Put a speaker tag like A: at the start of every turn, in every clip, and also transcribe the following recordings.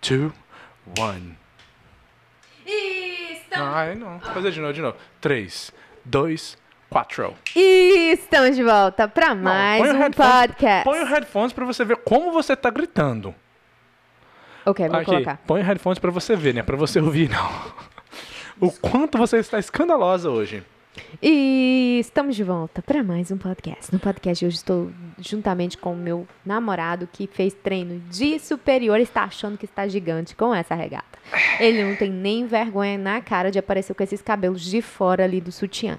A: two, one.
B: Estamos...
A: Ai, não. Fazer de novo, de novo. Três, dois, quatro.
B: E estamos de volta para
A: Não,
B: mais
A: põe o
B: um
A: headphone-
B: podcast.
A: Põe o headphones pra você ver como você tá gritando.
B: Ok, vou
A: Aqui,
B: colocar.
A: põe o headphones pra você ver, né? Pra você ouvir, não. O quanto você está escandalosa hoje.
B: E estamos de volta para mais um podcast. No podcast de hoje estou juntamente com o meu namorado que fez treino de superior e está achando que está gigante com essa regata. Ele não tem nem vergonha na cara de aparecer com esses cabelos de fora ali do sutiã.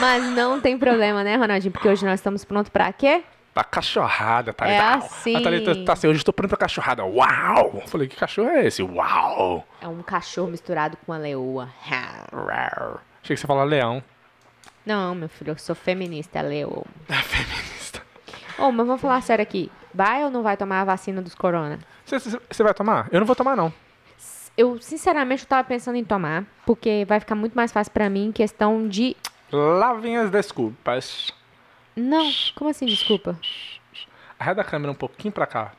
B: Mas não tem problema, né, Ronaldinho? Porque hoje nós estamos prontos para quê?
A: Pra Tá cachorrada, Thalita.
B: É
A: Au.
B: assim.
A: A Thalita tá assim, hoje eu tô pronto pra cachorrada. Uau! Eu Falei, que cachorro é esse? Uau!
B: É um cachorro misturado com uma leoa.
A: Rar. Achei que você ia falar leão.
B: Não, meu filho, eu sou feminista, leoa.
A: É feminista.
B: Ô, mas vamos falar sério aqui. Vai ou não vai tomar a vacina dos corona?
A: Você- Você você vai tomar? Eu não vou tomar, não.
B: Eu, sinceramente, eu tava pensando em tomar, porque vai ficar muito mais fácil pra mim em questão de...
A: Lá vem as desculpas.
B: Não, como assim, desculpa?
A: Arreda a câmera um pouquinho pra cá.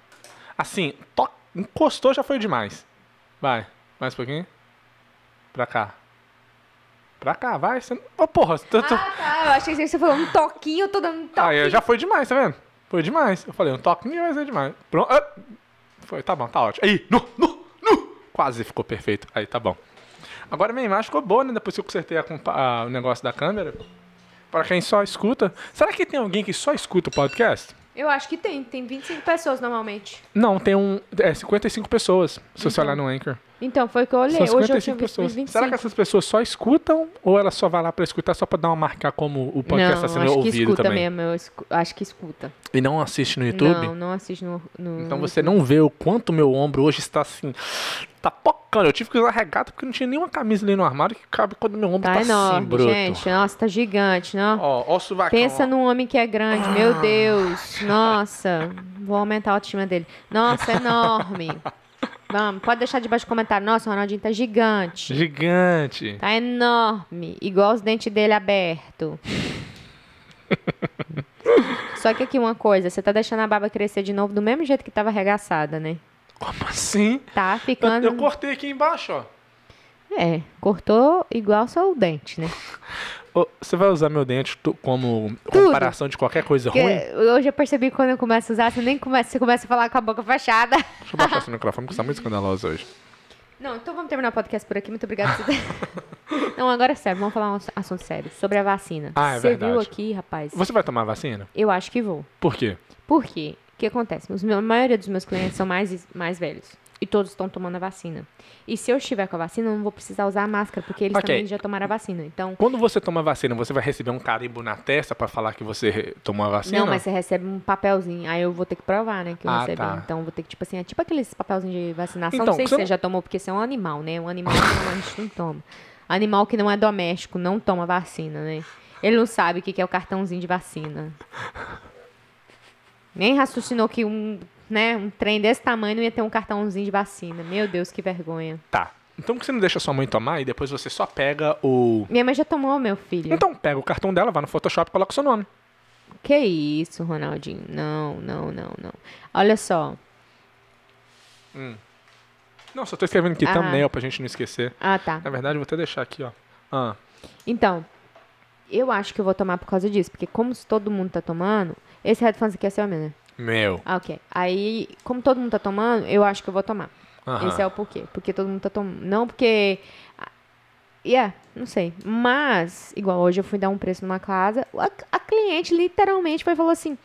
A: Assim, to- encostou já foi demais. Vai, mais um pouquinho. Pra cá. Pra cá, vai. Você... Ô, porra, você tá- tá-
B: Ah, tá, eu achei que você falou um toquinho, eu tô dando um
A: Aí,
B: toquinho.
A: já foi demais, tá vendo? Foi demais. Eu falei, um toquinho vai ser demais. Pronto. ah, Foi, tá bom, tá ótimo. Aí, no, no, no. Quase ficou perfeito. Aí, tá bom. Agora minha imagem ficou boa, né? Depois que eu consertei a compa- a- o negócio da câmera. Pra quem só escuta. Será que tem alguém que só escuta o podcast?
B: Eu acho que tem, tem 25 pessoas normalmente.
A: Não, tem um. É 55 pessoas, se você olhar no Anchor.
B: Então, foi o que eu olhei.
A: São
B: Hoje eu tinha
A: 55
B: visto
A: pessoas.
B: 25.
A: Será que essas pessoas só escutam ou elas só vão lá pra escutar só pra dar uma marcar como o podcast
B: não,
A: está sendo
B: acho que
A: ouvido
B: escuta
A: também?
B: mesmo, eu escu- acho que escuta.
A: E não assiste no YouTube?
B: Não, não assiste no... no-
A: Então
B: no
A: você não vê o quanto meu ombro hoje está assim. Tá pocando. Eu tive que usar regata porque não tinha nenhuma camisa ali no armário que cabe quando meu ombro tá,
B: Tá
A: assim,
B: enorme,
A: bruto.
B: gente. Nossa, tá gigante, não?
A: Ó, ó o sovacão.
B: Pensa
A: ó.
B: num homem que é grande,
A: Ah.
B: meu Deus. Nossa, vou aumentar a autoestima dele. Nossa, é enorme. Vamos, pode deixar debaixo do comentário. Nossa, o Ronaldinho tá gigante.
A: Gigante.
B: Tá enorme. Igual os dentes dele aberto. Só que aqui uma coisa, você tá deixando a barba crescer de novo do mesmo jeito que tava arregaçada, né?
A: Como assim?
B: Tá
A: Eu,
B: ficando.
A: eu cortei aqui embaixo, ó.
B: É, cortou igual só o dente, né?
A: Ô, Você vai usar meu dente tu- como comparação de qualquer coisa
B: Porque
A: ruim?
B: hoje eu percebi que quando eu começo a usar, você nem começa, você começa a falar com a boca fechada.
A: Deixa eu baixar esse microfone porque está muito escandaloso hoje.
B: Não, então vamos terminar o podcast por aqui. Muito obrigada. por ter- Não, agora é sério. Vamos falar um ass- assunto sério. Sobre a vacina.
A: Ah, é
B: Você
A: verdade.
B: viu aqui, rapaz?
A: Você vai tomar vacina?
B: Eu acho que vou.
A: Por quê?
B: Por quê? O que acontece? Os meu- a maioria dos meus clientes são mais, mais velhos. E todos estão tomando a vacina. E se eu estiver com a vacina, eu não vou precisar usar a máscara, porque eles
A: Ok.
B: também já tomaram a vacina. Então,
A: Quando você toma vacina, você vai receber um carimbo na testa pra falar que você re- tomou a vacina?
B: não, mas você recebe um papelzinho. Aí eu vou ter que provar, né? Que eu
A: Ah,
B: recebi.
A: tá.
B: Então, eu vou ter que, tipo assim, é tipo aqueles papelzinhos de vacinação.
A: Então,
B: não sei
A: você
B: se você
A: não-
B: já tomou, porque você é um animal, né? Um animal que não, a gente não toma. Animal que não é doméstico não toma vacina, né? Ele não sabe o que que é o cartãozinho de vacina. Nem raciocinou que um, né, um trem desse tamanho não ia ter um cartãozinho de vacina. Meu Deus, que vergonha.
A: Tá. Então por que você não deixa sua mãe tomar e depois você só pega o.
B: Minha mãe já tomou, meu filho.
A: Então pega o cartão dela, vai no Photoshop e coloca o seu nome.
B: Que isso, Ronaldinho? Não, não, não, não. Olha só.
A: Não, só tô escrevendo aqui
B: Ah.
A: thumbnail pra gente não esquecer.
B: Ah, tá.
A: Na verdade, eu vou até deixar aqui, ó. Ah,
B: Então, eu acho que eu vou tomar por causa disso, porque como se todo mundo tá tomando, esse headphones aqui é seu mesmo, né?
A: meu.
B: Ah, ok. Aí, como todo mundo tá tomando, eu acho que eu vou tomar.
A: Aham.
B: Esse é o porquê. Porque todo mundo tá tomando. Não porque. ah, Yeah, não sei. Mas, igual hoje eu fui dar um preço numa casa, a, a cliente literalmente foi e falou assim.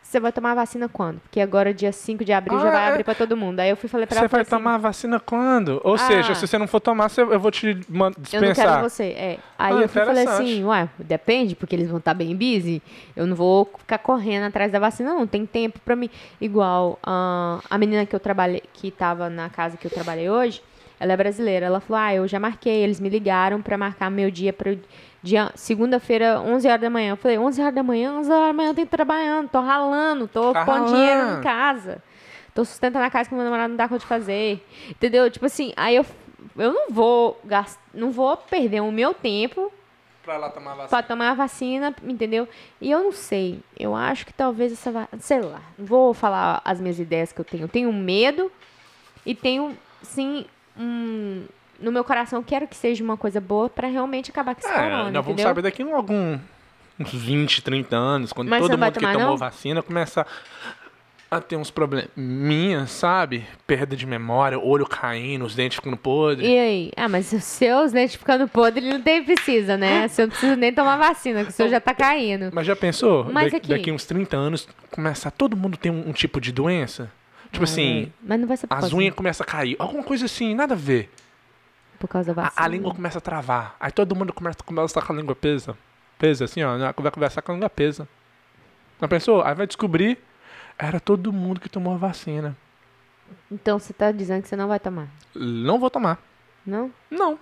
B: Você vai tomar a vacina quando? Porque agora, dia 5 de abril, já
A: Ah,
B: vai
A: é.
B: abrir pra todo mundo. Aí eu fui e falei pra
A: Você
B: ela.
A: vai
B: falei assim,
A: tomar a vacina quando? Ou
B: Ah.
A: seja, se você não for tomar, você- eu vou te man-
B: Eu não quero
A: dispensar.
B: você. É. Aí
A: Ah,
B: eu fui e falei
A: interessante.
B: assim, ué, depende, porque eles vão estar bem busy. Eu não vou ficar correndo atrás da vacina, não. Tem tempo pra mim. Igual ah, a menina que eu trabalhei, que tava na casa que eu trabalhei hoje, ela é brasileira. Ela falou, ah, eu já marquei. Eles me ligaram pra marcar meu dia pra eu- dia segunda-feira, 11 horas da manhã. Eu falei, 11 horas da manhã, 11 horas da manhã eu tenho que trabalhando, tô ralando, tô
A: Tá
B: pondo dinheiro
A: ralando.
B: em casa. Tô sustentando a casa que meu namorado não dá conta de fazer. Entendeu? Tipo assim, aí eu, eu não vou gast... não vou perder o meu tempo
A: Pra lá tomar a vacina.
B: pra tomar a vacina, entendeu? E eu não sei. Eu acho que talvez essa vacina. Sei lá. Não vou falar as minhas ideias que eu tenho. Eu tenho medo e tenho sim um. No meu coração, eu quero que seja uma coisa boa pra realmente acabar com esse
A: É,
B: corona,
A: nós vamos
B: entendeu?
A: saber daqui a algum, uns 20, 30 anos, quando
B: Mas você
A: todo
B: não vai
A: mundo que
B: tomar,
A: tomou
B: não?
A: vacina começa a ter uns probleminhas, sabe? Perda de memória, olho caindo, os dentes ficando podres.
B: E aí? Ah, mas se os seus dentes ficando podre, ele não tem precisa, né? Você não precisa nem tomar vacina, que o seu já tá caindo.
A: Mas já pensou?
B: Mas
A: Da-
B: aqui-
A: Daqui uns 30 anos, começa todo mundo ter um, um tipo de doença? Tipo
B: Ah,
A: assim,
B: Mas não vai ser por
A: as
B: causa,
A: unhas começam a cair, alguma coisa assim, nada a ver.
B: por causa da
A: A-
B: vacina.
A: A, língua começa a travar. Aí todo mundo começa, começa a estar com a língua presa. Presa, assim, ó. né? Vai conversar com a língua presa. Não pensou? Aí vai descobrir. Era todo mundo que tomou a vacina.
B: Então você tá dizendo que você não vai tomar,
A: Não vou tomar.
B: não?
A: Não.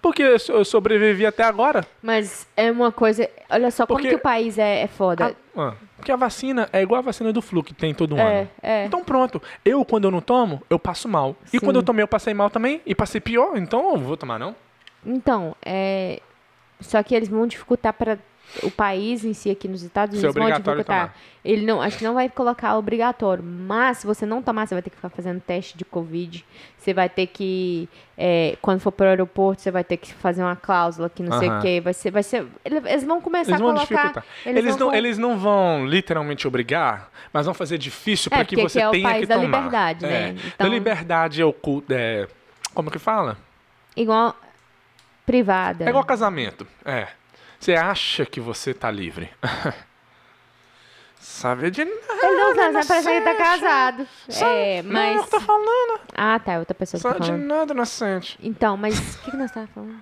A: Porque eu so- eu sobrevivi até agora.
B: Mas é uma coisa. Olha só
A: Porque-
B: como que o país é, é foda.
A: Ah, porque a vacina é igual a vacina do flu que tem todo
B: é,
A: ano.
B: é.
A: Então pronto. Eu, quando eu não tomo, eu passo mal. E
B: Sim.
A: quando eu tomei, eu passei mal também. E passei pior. Então eu não vou tomar, não.
B: Então, é. Só que eles vão dificultar para o país em si aqui nos Estados
A: Ser
B: Unidos vão
A: é obrigatório
B: dificultar. Ele não, acho que não vai colocar obrigatório, mas se você não tomar, você vai ter que ficar fazendo teste de covid. Você vai ter que, é, quando for para o aeroporto, você vai ter que fazer uma cláusula que não sei
A: Aham.
B: o quê. Vai ser, vai ser. ele- Eles vão começar
A: Eles
B: a
A: vão
B: colocar.
A: dificultar. Eles, não,
B: vão-
A: eles não vão literalmente obrigar, mas vão fazer difícil
B: É,
A: para que
B: porque
A: você
B: aqui é o
A: tenha
B: país
A: que
B: da
A: tomar.
B: liberdade, né?
A: É. Da
B: Então-
A: liberdade é o cu- é, como que fala?
B: Igual privada.
A: É igual casamento. É. Você acha que você tá livre. Sabe de nada.
B: Ele não sabe, parece que ele tá
A: Nascente.
B: casado. É,
A: Não é o
B: mas.
A: que eu tô falando.
B: Ah, tá, outra pessoa que tá
A: Sabe de
B: falando.
A: nada, é nascente.
B: Então, mas o que, que nós tava falando?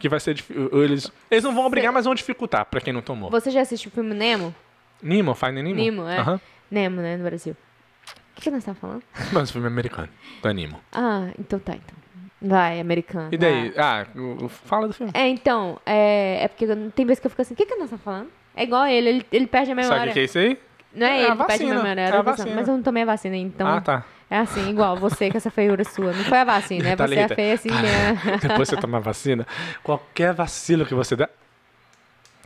A: Que vai ser difí- Eles, eles não vão obrigar, mas vão dificultar pra quem não tomou.
B: Você já assistiu o filme Nemo?
A: Nimo, Finding Nimo?
B: Nemo, é.
A: Aham.
B: Nemo, né, no Brasil. O que, que nós estávamos falando?
A: Mas o filme é americano. Então é Nimo.
B: Ah, então tá, então. Vai, americano.
A: E daí? Ah, o- o- fala do filme.
B: vai. É, então, é, é porque eu- tem vezes que eu fico assim, o que, que nós estamos falando? É igual ele, ele, ele perde a memória.
A: Sabe o que é isso aí?
B: Não é,
A: É a
B: ele que perde
A: vacina,
B: a memória,
A: é a
B: é outra pessoa.
A: vacina.
B: Mas eu não tomei a vacina, então.
A: Ah, tá.
B: É assim, igual você com essa feiura sua. Não foi a vacina, é você é
A: Thalita,
B: feia assim mesmo.
A: Depois que você tomar a vacina, qualquer vacilo que você der.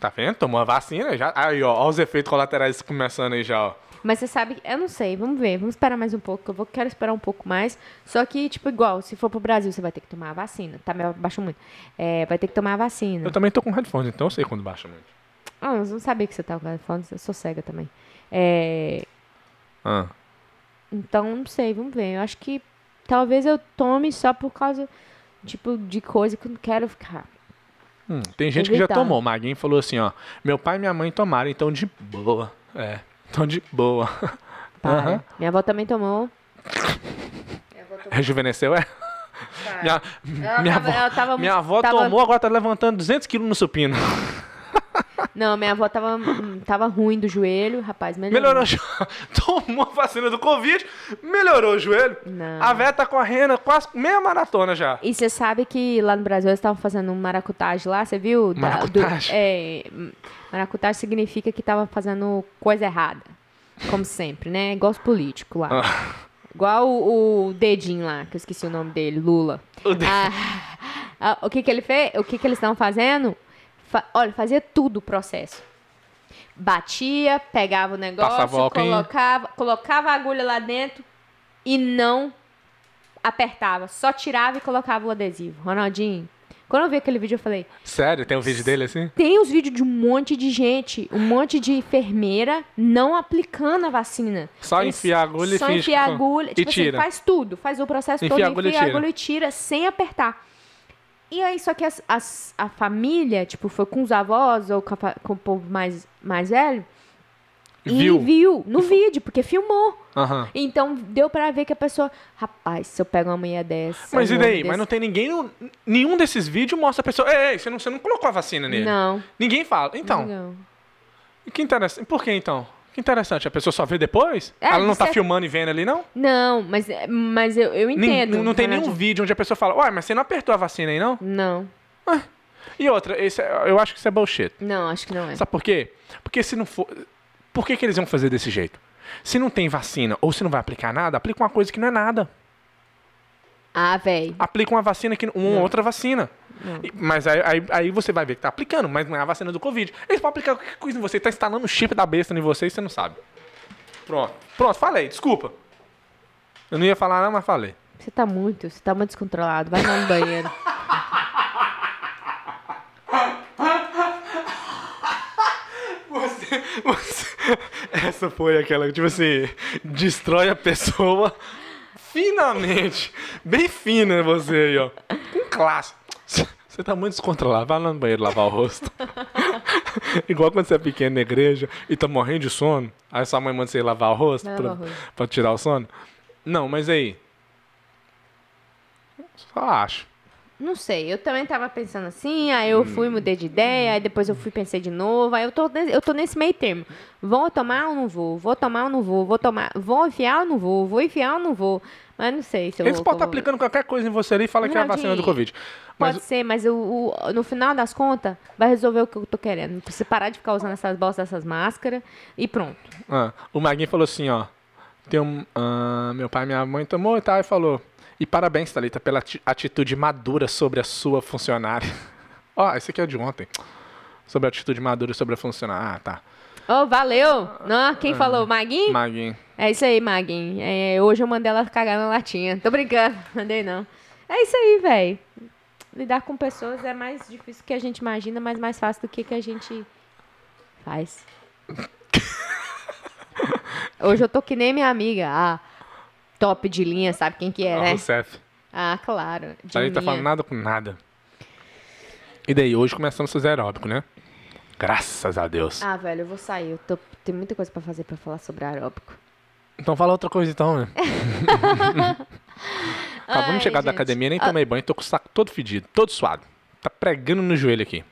A: Tá vendo? Tomou a vacina já. Aí, ó, ó os efeitos colaterais começando aí já, ó.
B: Mas você sabe, eu não sei, vamos ver, vamos esperar mais um pouco, que eu vou, quero esperar um pouco mais. Só que, tipo, igual, se for pro Brasil, você vai ter que tomar a vacina, tá? Me abaixou muito. É, vai ter que tomar a vacina.
A: Eu também tô com headphones, então eu sei quando baixa muito.
B: Ah, eu não sabia que você tava com telefone, eu sou cega também. É,
A: Ah.
B: então, não sei, vamos ver. Eu acho que talvez eu tome só por causa, tipo, de coisa que eu não quero ficar.
A: Hum, tem gente que já
B: Evitar.
A: tomou. O Maguinho falou assim, ó. Meu pai e minha mãe tomaram, então de boa. É, então de boa.
B: Para.
A: Aham.
B: Minha avó também tomou.
A: Rejuvenesceu, é? Minha, minha
B: tava-
A: avó,
B: Tá. ela tava-
A: minha avó
B: tava-
A: tomou, agora tá levantando 200 quilos no supino.
B: Não, minha avó tava, hum, tava ruim do joelho, rapaz, melhorou.
A: Melhorou o joelho. Tomou a vacina do Covid, melhorou o joelho.
B: Não.
A: A véia tá correndo quase meia maratona já.
B: E você sabe que lá no Brasil eles estavam fazendo um maracutagem lá, você viu? Da- do-
A: Maracutagem?
B: é, hum, maracutagem significa que tava fazendo coisa errada. Como sempre, né? Igual os políticos lá.
A: Ah.
B: Igual o, o dedinho lá, que eu esqueci o nome dele, Lula.
A: O de-
B: Ah, ah, o que que ele fez? O que que eles estavam fazendo? Fa- olha, fazia tudo o processo. Batia, pegava o
A: Passava o
B: negócio,
A: álcool em-
B: colocava, colocava a agulha lá dentro e não apertava. Só tirava e colocava o adesivo. Ronaldinho, quando eu vi aquele vídeo, eu falei,
A: Sério? Tem um vídeo dele assim?
B: tem os vídeos de um monte de gente, um monte de enfermeira não aplicando a vacina.
A: Só
B: Eles-
A: enfiar a agulha e
B: Só
A: finge
B: enfiar a
A: que-
B: agulha.
A: e
B: Tipo assim,
A: tira.
B: faz tudo. Faz o processo
A: Enfia
B: todo,
A: a agulha e
B: enfia a
A: tira.
B: agulha e tira sem apertar. E aí, só que as- as- a família, tipo, foi com os avós ou com, a fa- com o povo mais, mais velho.
A: Viu.
B: E viu no vídeo, porque filmou.
A: Aham.
B: Então, deu pra ver que a pessoa... Rapaz, se eu pego uma mulher dessa...
A: Mas
B: um
A: e daí?
B: homem
A: Mas não
B: desse-
A: tem ninguém. no- Nenhum desses vídeos mostra a pessoa. Ei, ei, você não, você não colocou a vacina nele.
B: Não.
A: Ninguém fala. Então,
B: não.
A: que interessante. Por que então? Que interessante. A pessoa só vê depois?
B: É,
A: Ela não
B: de
A: tá
B: cer-
A: filmando e vendo ali, não?
B: Não, mas, é, mas eu, eu
A: Nem-
B: entendo.
A: não tem nenhum
B: Ronaldinho.
A: vídeo onde a pessoa fala, ué, mas você não apertou a vacina aí, não?
B: Não,
A: E outra, esse é- eu acho que isso é bullshit.
B: não, acho que não é.
A: Sabe por quê? Porque se não for. Por que, que eles vão fazer desse jeito? Se não tem vacina ou se não vai aplicar nada, aplica uma coisa que não é nada.
B: Ah, véi.
A: Aplica uma vacina que. Uma outra vacina.
B: Não.
A: E- Mas aí, aí, aí você vai ver que tá aplicando, mas não é a vacina do Covid. Eles podem aplicar qualquer coisa em você, tá instalando o chip da besta em você e você não sabe. Pronto. Pronto, falei, desculpa. Eu não ia falar, não, mas falei.
B: Você tá muito, você tá muito descontrolado. Vai lá no banheiro.
A: Você, você- Essa foi aquela que, tipo assim, destrói a pessoa finamente. Bem fina você aí, ó. Com classe. Você tá muito descontrolado. Vai lá no banheiro lavar o rosto. Igual quando você é pequeno na igreja e tá morrendo de sono. Aí sua mãe manda você ir lavar o rosto
B: Vai
A: pra,
B: lavar o rosto.
A: pra tirar o sono. Não, mas aí. Só acho.
B: Não sei, eu também tava pensando assim, aí eu fui, mudei de ideia, aí depois eu fui, pensei de novo, aí eu tô, ne- eu tô nesse meio termo. Vou tomar ou não vou? Vou tomar ou não vou? Vou tomar, vou enfiar ou não vou? Vou enfiar ou não vou? Mas não sei se eu
A: Eles
B: vou-
A: podem estar
B: vou-
A: aplicando qualquer coisa em você ali e fala que é a
B: Ronaldinho,
A: vacina do Covid. Mas
B: Pode ser, tá mas eu- o- no final das contas, vai resolver o que eu tô querendo. Você parar de ficar usando essas bolsas, essas máscaras e pronto.
A: Ah, o Maguinho falou assim, ó. Tem um, ah, meu pai e minha mãe tomou e tal, e falou. E parabéns, Thalita, pela ati- atitude madura sobre a sua funcionária. Ó, esse aqui é de ontem. Sobre a atitude madura sobre a funcionária. Ah, tá.
B: Ô, valeu! Não, quem falou? Maguinho?
A: Maguinho.
B: É isso aí, Maguinho. É, hoje eu mandei ela cagar na latinha. Tô brincando, mandei não. É isso aí, velho. Lidar com pessoas é mais difícil do que a gente imagina, mas mais fácil do que, que a gente faz. Hoje eu tô que nem minha amiga, a top de linha, sabe quem que é,
A: Ó,
B: né?
A: Rousseff.
B: Ah, claro. De
A: Thalita
B: linha.
A: tá falando nada com nada. E daí, hoje começamos a fazer aeróbico, né? Graças a Deus.
B: Ah, velho, eu vou sair. Eu tô, tem muita coisa pra fazer pra falar sobre aeróbico.
A: Então fala outra coisa então, né? Acabamos
B: Ai,
A: de chegar da
B: gente. Ah.
A: academia, nem tomei banho, tô com o saco todo fedido, todo suado. Tá pregando no joelho aqui.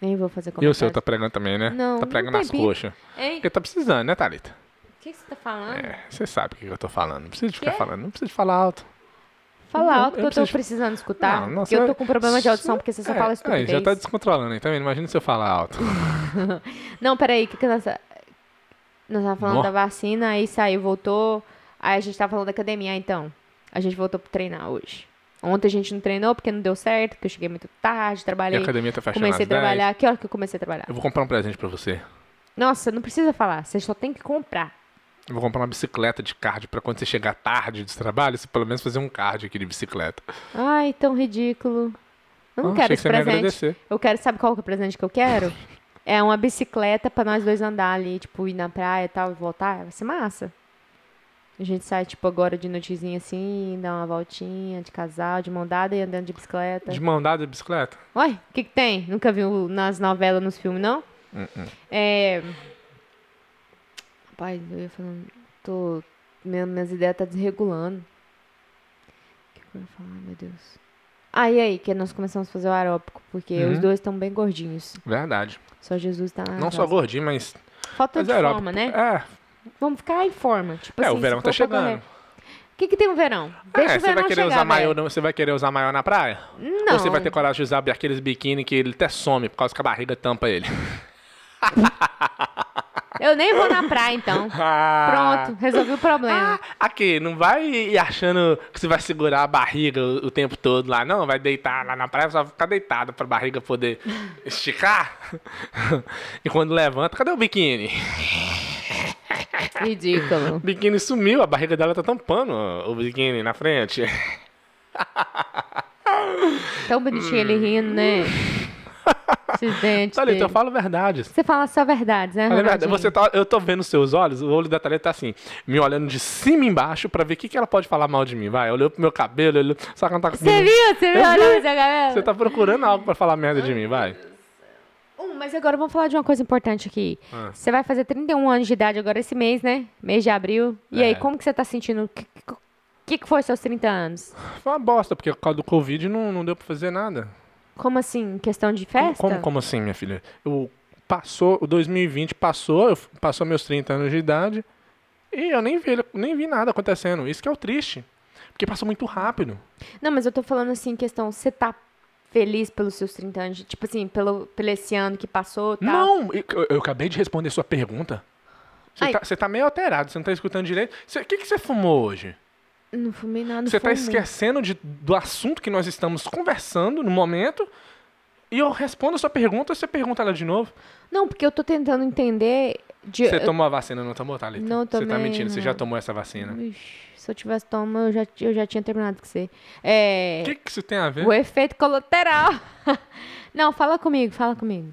B: Nem vou fazer
A: E o
B: comentário.
A: seu tá pregando também, né?
B: Não,
A: Tá
B: não
A: pregando
B: tem
A: nas
B: pinta.
A: coxas.
B: Hein?
A: Porque tá precisando, né, Thalita?
B: O que que você tá falando?
A: É, você sabe o que eu tô falando. Não precisa de ficar
B: Quê?
A: falando, não precisa de falar alto.
B: Fala
A: Não,
B: alto que
A: eu
B: eu, tô
A: preciso-
B: precisando escutar.
A: Não, não,
B: porque Tá. eu
A: você-
B: tô com problema de audição, porque você só
A: É,
B: fala
A: Aí,
B: estupidez.
A: já tá descontrolando aí também. Imagina se eu falar alto.
B: Não, peraí, o que que nós... tá- Nós tava falando
A: Nó.
B: da vacina, aí saiu, voltou. Aí a gente tava falando da academia, então. A gente voltou pra treinar hoje. Ontem a gente não treinou porque não deu certo, porque eu cheguei muito tarde,
A: E a
B: trabalhei.
A: academia tá fechando
B: Comecei a
A: às 10.
B: trabalhar. Que hora que eu comecei a trabalhar?
A: Eu vou comprar um presente pra você.
B: Nossa, não precisa falar, você só tem que comprar.
A: Eu vou comprar uma bicicleta de cardio pra quando você chegar tarde do trabalho, você pelo menos fazer um cardio aqui de bicicleta.
B: Ai, tão ridículo. Eu não
A: Ah,
B: quero
A: achei que
B: esse
A: você ia me
B: presente.
A: agradecer.
B: Eu quero, sabe qual que é o presente que eu quero? É uma bicicleta pra nós dois andar ali, tipo, ir na praia e tal, e voltar. Vai ser massa. A gente sai, tipo, agora de noitezinha assim, dá uma voltinha de casal, de mão dada e andando de bicicleta.
A: De mão dada de bicicleta?
B: Ué, o que, que tem? Nunca viu nas novelas, nos filmes, não?
A: Uh-uh.
B: É. Rapaz, eu ia falando. Tô... minha- minhas ideias tá desregulando. O que que eu ia falar, meu Deus? Ah, e aí, que nós começamos a fazer o aeróbico, porque os dois estão bem gordinhos.
A: Verdade.
B: Só Jesus tá na
A: Uhum. Não só
B: graça.
A: gordinho, mas.
B: Falta
A: mas
B: de
A: aeróbico.
B: forma, né?
A: É,
B: Vamos ficar em forma. Tipo
A: É,
B: assim,
A: o verão
B: se
A: tá
B: for pra correr.
A: chegando.
B: O que, que tem o verão? Deixa
A: é,
B: o
A: você
B: verão
A: vai, querer
B: chegar,
A: usar maiô,
B: velho.
A: não- você vai querer usar maiô na praia?
B: Não.
A: Ou você vai ter coragem de usar aqueles biquíni que ele até some por causa que a barriga tampa ele?
B: Eu nem vou na praia, então.
A: Ah.
B: Pronto, resolvi o problema.
A: Aqui, não vai ir achando que você vai segurar a barriga o, o tempo todo lá, não. Vai deitar lá na praia, só vai ficar deitado pra barriga poder esticar. e quando levanta, cadê o biquíni? Ah.
B: Ridículo.
A: O biquíni sumiu, a barriga dela tá tampando o biquíni na frente.
B: Tão bonitinho ele rindo, né? Esses dentes
A: Thalita, Hum. então eu
B: dele.
A: falo verdades.
B: Você fala só verdades, né,
A: Fala a verdade,
B: Ronaldinho?
A: você tá, eu tô vendo seus olhos, o olho da Thalita tá assim, me olhando de cima e embaixo pra ver o que, que ela pode falar mal de mim. Vai, olhou pro meu cabelo, olhou, só que ela tá com
B: Você viu? Você viu?
A: Eu vi.
B: Olha essa galera.
A: Você tá procurando algo pra falar merda de mim, vai.
B: Hum, mas agora vamos falar de uma coisa importante aqui.
A: Ah.
B: Você vai fazer 31 anos de idade agora esse mês, né? Mês de abril. E
A: É.
B: aí, como que você tá sentindo? O que, que, que foi seus 30 anos?
A: Foi uma bosta, porque por causa do Covid não, não deu pra fazer nada.
B: Como assim? Questão de festa?
A: Como, como assim, minha filha? Eu passou, o 2020 passou, eu, f- passou meus 30 anos de idade e eu nem vi, ele- nem vi nada acontecendo. Isso que é o triste. Porque passou muito rápido.
B: Não, mas eu tô falando assim, questão, você tá feliz pelos seus 30 anos? Tipo assim, pelo, pelo esse ano que passou, tá?
A: Não, eu, eu- eu acabei de responder sua pergunta. Você
B: Ai.
A: tá, você tá meio alterado, você não tá escutando direito. Você- O que, que você fumou hoje?
B: Não fumei nada,
A: Você tá
B: fumei.
A: esquecendo de- do assunto que nós estamos conversando no momento e eu respondo a sua pergunta, você pergunta ela de novo.
B: Não, porque eu tô tentando entender de...
A: tá Você tomou a vacina, não tomou, Thalita?
B: Não
A: Você tá
B: tomei,
A: mentindo, você
B: não.
A: né? já tomou essa vacina.
B: Ixi, Se eu tivesse toma, eu já, eu já tinha terminado com você. É,
A: O que, que isso tem a ver?
B: o efeito colateral. Não, fala comigo, fala comigo.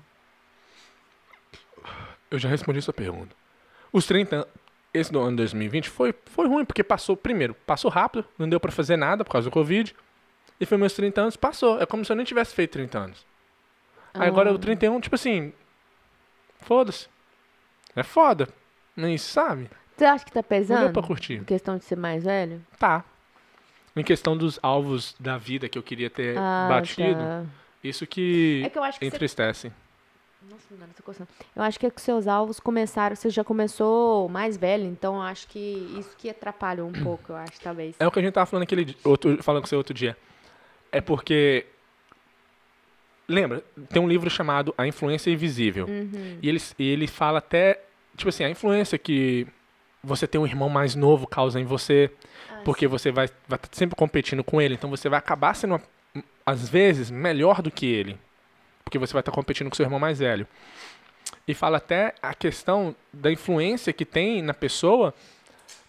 A: Eu já respondi sua pergunta. Os 30 an- esse do ano 2020 foi, foi ruim, porque passou, primeiro, passou rápido, não deu pra fazer nada por causa do Covid. E foi meus 30 anos, passou. É como se eu nem tivesse feito 30 anos. Aí agora
B: Ah.
A: o 31, tipo assim. Foda-se. É foda. Nem sabe?
B: Você acha que tá
A: Não deu
B: pesando?
A: pra curtir.
B: Em questão de ser mais velho?
A: Tá. Em questão dos alvos da vida que eu queria ter
B: Ah,
A: É, batido,
B: tá.
A: isso que,
B: É que eu acho que você
A: entristece.
B: Nossa, não, tô coçando. Eu acho que é que seus alvos começaram, você já começou mais velho, então eu acho que isso que atrapalhou um pouco, eu acho, talvez.
A: É o que a gente tava falando aquele di- outro, falando com você outro dia. É porque lembra, tem um livro chamado A Influência Invisível.
B: Uhum.
A: E ele e ele fala até, tipo assim, a influência que você ter um irmão mais novo causa em você,
B: Ah,
A: porque você vai vai tá sempre competindo com ele, então você vai acabar sendo uma- às vezes melhor do que ele, porque você vai estar competindo com seu irmão mais velho. E fala até a questão da influência que tem na pessoa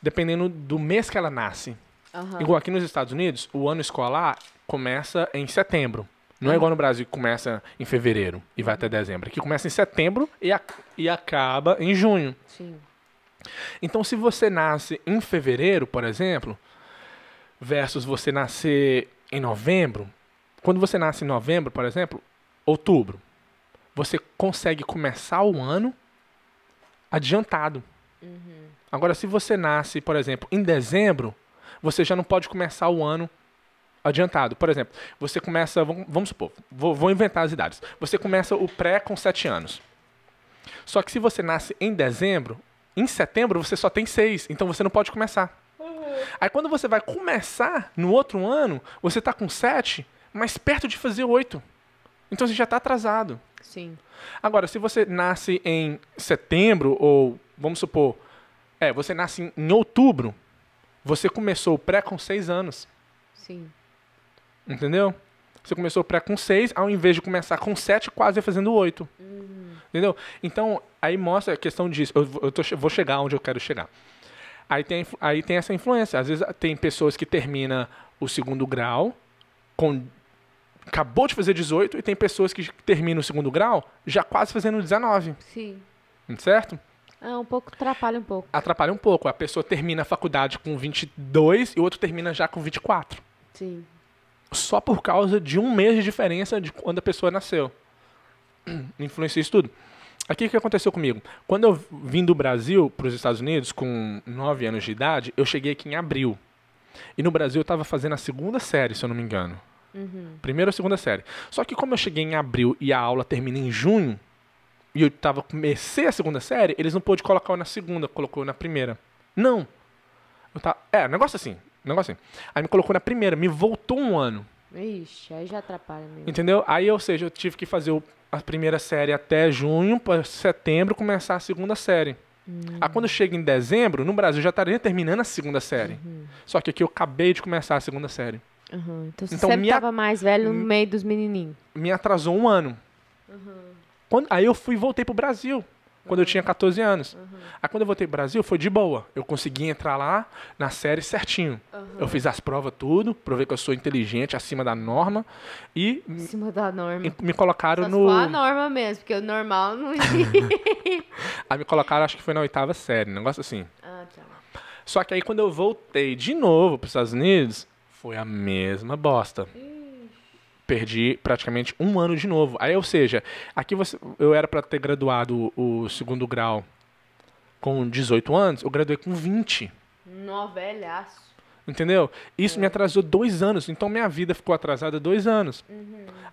A: dependendo do mês que ela nasce.
B: Aham.
A: Igual aqui nos Estados Unidos, o ano escolar começa em setembro. Não é igual no Brasil que começa em fevereiro e vai até dezembro. Aqui começa em setembro e, ac- e acaba em junho.
B: Sim.
A: Então, se você nasce em fevereiro, por exemplo, versus você nascer em novembro, quando você nasce em novembro, por exemplo, outubro, você consegue começar o ano adiantado. Agora, se você nasce, por exemplo, em dezembro, você já não pode começar o ano adiantado. Por exemplo, você começa, vamos, vamos supor, vou, vou inventar as idades. Você começa o pré com 7 anos. Só que se você nasce em dezembro, em setembro você só tem seis, então você não pode começar. Aí quando você vai começar no outro ano, você tá com sete, mas perto de fazer oito. Então você já tá atrasado.
B: Sim.
A: Agora, se você nasce em setembro, ou vamos supor, é, você nasce em- em outubro, você começou o pré com seis anos.
B: Sim.
A: Entendeu? Você começou pré com 6, ao invés de começar com 7, quase fazendo 8. Entendeu? Então, aí mostra a questão disso. Eu, vou- eu tô che- vou chegar onde eu quero chegar. Aí tem, a influ- aí tem essa influência. Às vezes ah, tem pessoas que terminam o segundo grau, com, acabou de fazer 18, e tem pessoas que terminam o segundo grau já quase fazendo 19,
B: Sim.
A: certo?
B: Ah, um pouco atrapalha um pouco.
A: Atrapalha um pouco. A pessoa termina a faculdade com 22 e o outro termina já com 24.
B: Sim.
A: só por causa de um mês de diferença de quando a pessoa nasceu. Influencia isso tudo. Aqui o que aconteceu comigo? Quando eu vim do Brasil para os Estados Unidos com 9 anos de idade, eu cheguei aqui em abril. E no Brasil eu estava fazendo a segunda série, se eu não me engano. Primeira ou segunda série. Só que como eu cheguei em abril e a aula termina em junho, e eu tava, comecei a segunda série, eles não pôde colocar eu na segunda, colocou eu na primeira. Não. Eu tava, é, negócio assim, negócio assim. Aí me colocou na primeira, me voltou um ano.
B: Ixi, aí já atrapalha mesmo.
A: Entendeu? Aí, ou seja, eu tive que fazer o- a primeira série até junho, para setembro começar a segunda série.
B: Hum.
A: Aí quando chega em dezembro, no Brasil já estaria terminando a segunda série.
B: Uhum.
A: Só que aqui eu acabei de começar a segunda série.
B: Aham. Então você
A: Então, hum,
B: sempre
A: minha-
B: tava mais velho no meio dos menininhos.
A: Me atrasou um ano.
B: Uhum.
A: Quando, aí eu fui e voltei pro Brasil. Quando eu tinha 14 anos.
B: Uhum.
A: Aí quando eu voltei pro Brasil, foi de boa. Eu consegui entrar lá na série certinho.
B: Uhum.
A: Eu fiz as provas tudo, provei que eu sou inteligente, acima da norma. E
B: Em cima da norma.
A: e me colocaram
B: Só se
A: Então no.
B: for a norma mesmo, porque o normal não
A: Aí me colocaram, acho que foi na oitava série, um negócio assim.
B: Ah, tá.
A: Só que aí quando eu voltei de novo pros Estados Unidos, foi a mesma bosta. Perdi praticamente um ano de novo. Aí, ou seja, aqui você, eu era pra ter graduado o segundo grau com 18 anos, eu graduei com 20.
B: Novelhaço.
A: Entendeu? Isso me atrasou dois anos. Então minha vida ficou atrasada dois anos.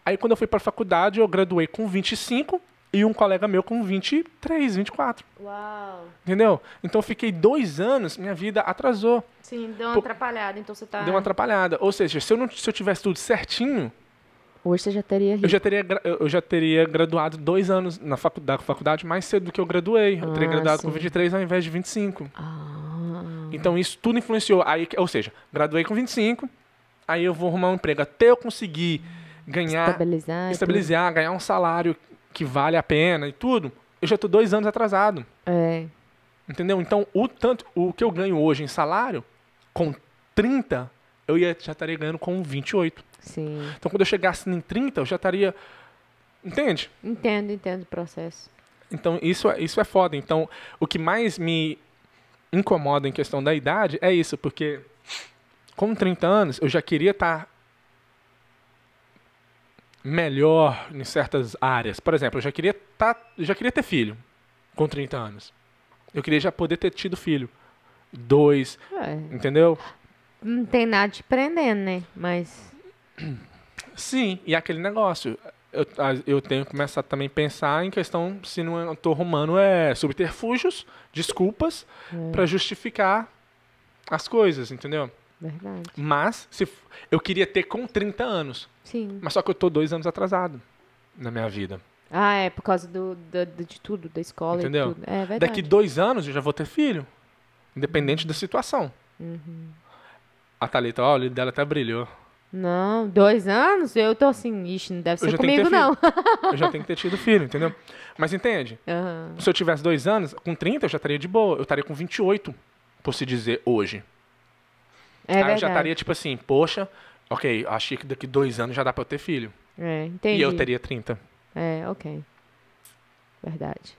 A: Aí quando eu fui pra faculdade, eu graduei com 25 e um colega meu com 23, 24.
B: Uau.
A: Entendeu? Então eu fiquei dois anos, minha vida atrasou.
B: Sim, deu uma
A: Pô-
B: atrapalhada, então você tá.
A: Deu uma atrapalhada. Ou seja, se eu, não, se eu tivesse tudo certinho,
B: Hoje você já teria
A: eu
B: rido.
A: já teria, gra- eu eu já teria graduado dois anos na facu- da faculdade mais cedo do que eu graduei. Eu teria
B: Ah,
A: graduado com
B: sim.
A: 23 ao invés de 25.
B: Ah.
A: Então isso tudo influenciou. Aí, que- ou seja, graduei com 25, aí eu vou arrumar um emprego até eu conseguir ganhar,
B: Estabilizar. e tudo.
A: estabilizar, ganhar um salário que vale a pena e tudo. Eu já tô dois anos atrasado.
B: É.
A: Entendeu? Então, o tanto o que eu ganho hoje em salário com 30, eu ia, já estaria ganhando com 28.
B: Sim.
A: Então, quando eu chegasse em 30, eu já estaria. Entende?
B: Entendo, entendo o processo.
A: Então, isso é, isso é foda. Então, o que mais me incomoda em questão da idade é isso, porque com 30 anos eu já queria tá estar melhor em certas áreas. Por exemplo, eu já queria, tá, eu já queria ter filho com 30 anos. Eu queria já poder ter tido filho. Dois,
B: É,
A: entendeu?
B: não tem nada te prendendo, né? Mas.
A: Sim, e aquele negócio. Eu, a- eu tenho que começar também a pensar em questão se não estou arrumando é, subterfúgios, desculpas,
B: Hum.
A: pra para justificar as coisas, entendeu?
B: Verdade.
A: Mas se, f- eu queria ter com 30 anos,
B: Sim.
A: mas só que eu tô dois anos atrasado na minha vida.
B: Ah, é por causa do, do- do- de tudo, da escola
A: Entendeu?
B: e tudo. É verdade.
A: Daqui dois anos eu já vou ter filho, independente da situação.
B: Uhum.
A: A Thalita, ó, o olho dela até brilhou.
B: Não, dois anos? Eu tô assim, ixi, não deve
A: Eu
B: ser
A: já tenho que
B: comigo,
A: ter
B: não.
A: Eu já tenho que ter tido filho, entendeu? Mas entende?
B: Aham.
A: Se eu tivesse dois anos, com 30 eu já estaria de boa. Eu estaria com 28, por se dizer, hoje.
B: É
A: Aí
B: verdade.
A: eu já estaria tipo assim, poxa, ok, achei que daqui dois anos já dá pra eu ter filho.
B: É, entendi.
A: E eu teria 30.
B: É, ok. Verdade.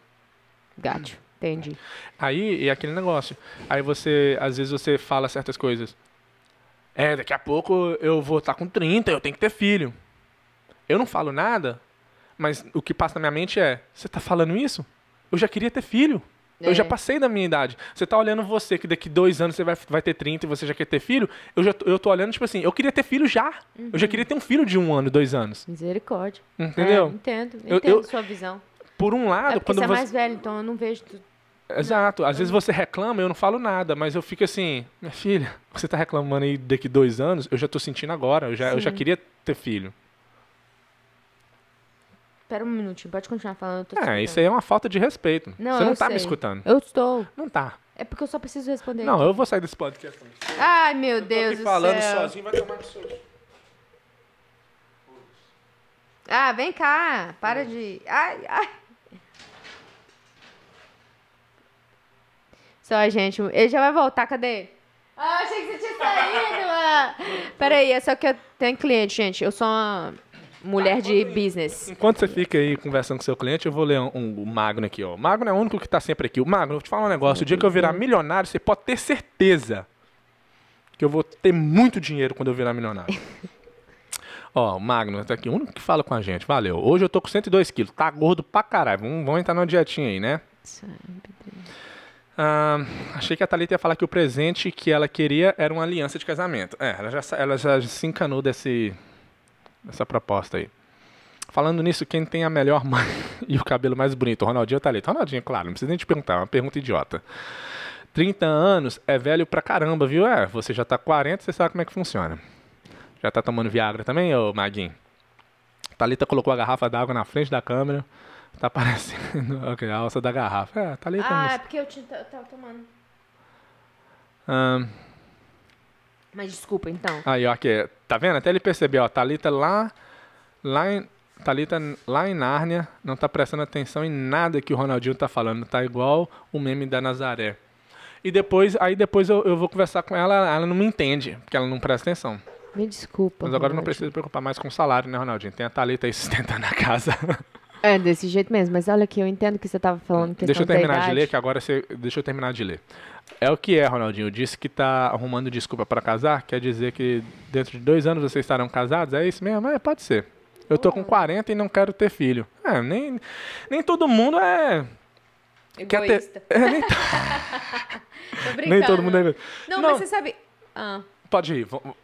B: Gato, entendi.
A: Aí é aquele negócio. Aí você, às vezes você fala certas coisas. É, daqui a pouco eu vou estar com 30, eu tenho que ter filho. Eu não falo nada, mas o que passa na minha mente é: você tá falando isso? Eu já queria ter filho. Eu
B: É.
A: já passei da minha idade. Você tá olhando você, que daqui dois anos você vai, vai ter 30 e você já quer ter filho. Eu, já, tô- eu tô olhando, tipo assim, eu queria ter filho já. Eu
B: Uhum.
A: já queria ter um filho de um ano, dois anos.
B: Misericórdia. É,
A: Entendeu?
B: entendo, entendo
A: Eu- eu-
B: sua visão.
A: Por um
B: É
A: lado,
B: porque
A: quando
B: você é
A: você.
B: mais velho, então eu não vejo tudo.
A: Exato. Às vezes você reclama, eu não falo nada, mas eu fico assim, minha filha, você tá reclamando aí daqui dois anos, eu já tô sentindo agora, eu já, eu já
B: Sim.
A: queria ter filho.
B: Pera um minutinho, pode continuar falando. Eu tô te
A: É,
B: escutando.
A: isso aí é uma falta de respeito.
B: Não,
A: você não
B: eu
A: tá me
B: sei.
A: escutando.
B: Eu estou.
A: Não tá.
B: É porque eu só preciso responder.
A: Não, eu vou sair desse podcast.
B: Ai, meu Deus do
A: falando
B: céu.
A: sozinho, vai tomar no seu.
B: Ah, vem cá. Para de. Ai, ai. Só, gente. Ele já vai voltar, cadê ele? Ah, achei que você tinha saído, ah. Peraí, é só que eu tenho cliente, gente. Eu sou uma mulher de business.
A: Enquanto você fica aí conversando com seu cliente, eu vou ler um, um- o Magno aqui, ó. O Magno é o único que tá sempre aqui. O Magno, eu vou te falar um negócio. O dia que eu virar milionário, você pode ter certeza que eu vou ter muito dinheiro quando eu virar milionário. ó, o Magno tá aqui, o único que fala com a gente. Valeu. Hoje eu tô com 102 quilos. Tá gordo pra caralho. Vamos, vamos entrar numa dietinha aí, né? Ah, achei que a Thalita ia falar que o presente que ela queria era uma aliança de casamento. É, ela já, sa- ela já se encanou desse, dessa proposta aí. Falando nisso, quem tem a melhor mãe e o cabelo mais bonito? O Ronaldinho ou Thalita? Ronaldinho, claro, não precisa nem te perguntar, é uma pergunta idiota. 30 anos é velho pra caramba, viu? É, você já tá 40, você sabe como é que funciona. Já tá tomando Viagra também, ô Maguinho? Thalita colocou a garrafa d'água na frente da câmera. Tá parecendo ok, a alça da garrafa. É, Thalita.
B: Ah,
A: mas-
B: é porque eu, tinha, eu tava tomando.
A: Ahn,
B: Mas desculpa, então.
A: Aí, ó, aqui. Tá vendo? Até ele percebeu, ó. Thalita lá. Lá em. Thalita lá em Nárnia não tá prestando atenção em nada que o Ronaldinho tá falando. Tá igual o meme da Nazaré. E depois, aí depois eu, eu vou conversar com ela, ela não me entende, porque ela não presta atenção.
B: Me desculpa.
A: Mas agora eu não
B: Ronaldo.
A: preciso preocupar mais com o salário, né, Ronaldinho? Tem a Thalita aí sustentando a casa.
B: É, desse jeito mesmo. Mas olha aqui, eu entendo que você tava falando que
A: Deixa eu terminar de ler, que agora você. Deixa eu terminar de ler. É o que é, Ronaldinho. Disse que tá arrumando desculpa pra casar. Quer dizer que dentro de dois anos vocês estarão casados? É isso mesmo? É, pode ser. Eu tô com
B: Uhum.
A: 40 e não quero ter filho. É, nem, nem todo mundo é. quer ter-
B: Egoísta.
A: é, nem, nem todo mundo é.
B: Então, Não,
A: Não.
B: mas você sabe. Ah,
A: Pode ir. vamo-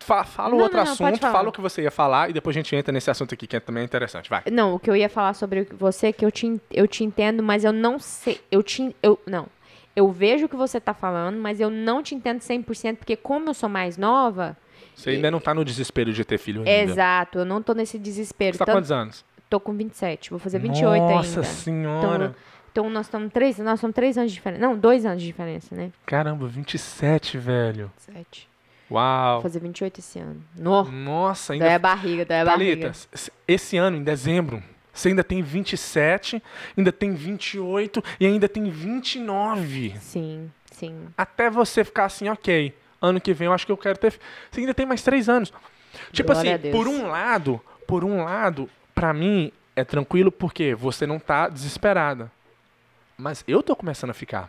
A: fa- Fala o
B: Não,
A: outro
B: não, não, pode
A: assunto,
B: falar.
A: fala o que você ia falar e depois a gente entra nesse assunto aqui, que é- também é interessante. Vai.
B: não, o que eu ia falar sobre você é que eu te, en- eu te entendo, mas eu não sei. Eu te. en- Eu, não. Eu vejo o que você tá falando, mas eu não te entendo 100%, porque como eu sou mais nova.
A: Você ainda não tá no desespero de ter filho ainda.
B: Exato, eu não tô nesse desespero.
A: Você tá com
B: Tanto-
A: quantos anos?
B: Tô com 27, vou fazer 28 ainda.
A: Nossa senhora.
B: Então, então nós estamos três, nós somos três anos de diferença. Não, dois anos de diferença, né?
A: Caramba, 27, velho.
B: 27. Vou
A: Uau.
B: fazer 28 esse ano. No,
A: Nossa, Hum, ainda.
B: dói a barriga, dói a
A: Thalita,
B: barriga.
A: s- esse ano, em dezembro, você ainda tem 27, ainda tem 28 e ainda tem 29.
B: Sim, sim.
A: Até você ficar assim, ok. Ano que vem eu acho que eu quero ter. Você ainda tem mais três anos. Tipo
B: Glória a
A: assim,
B: Deus.
A: por um lado, por um lado, pra mim é tranquilo porque você não tá desesperada. Mas eu tô começando a ficar.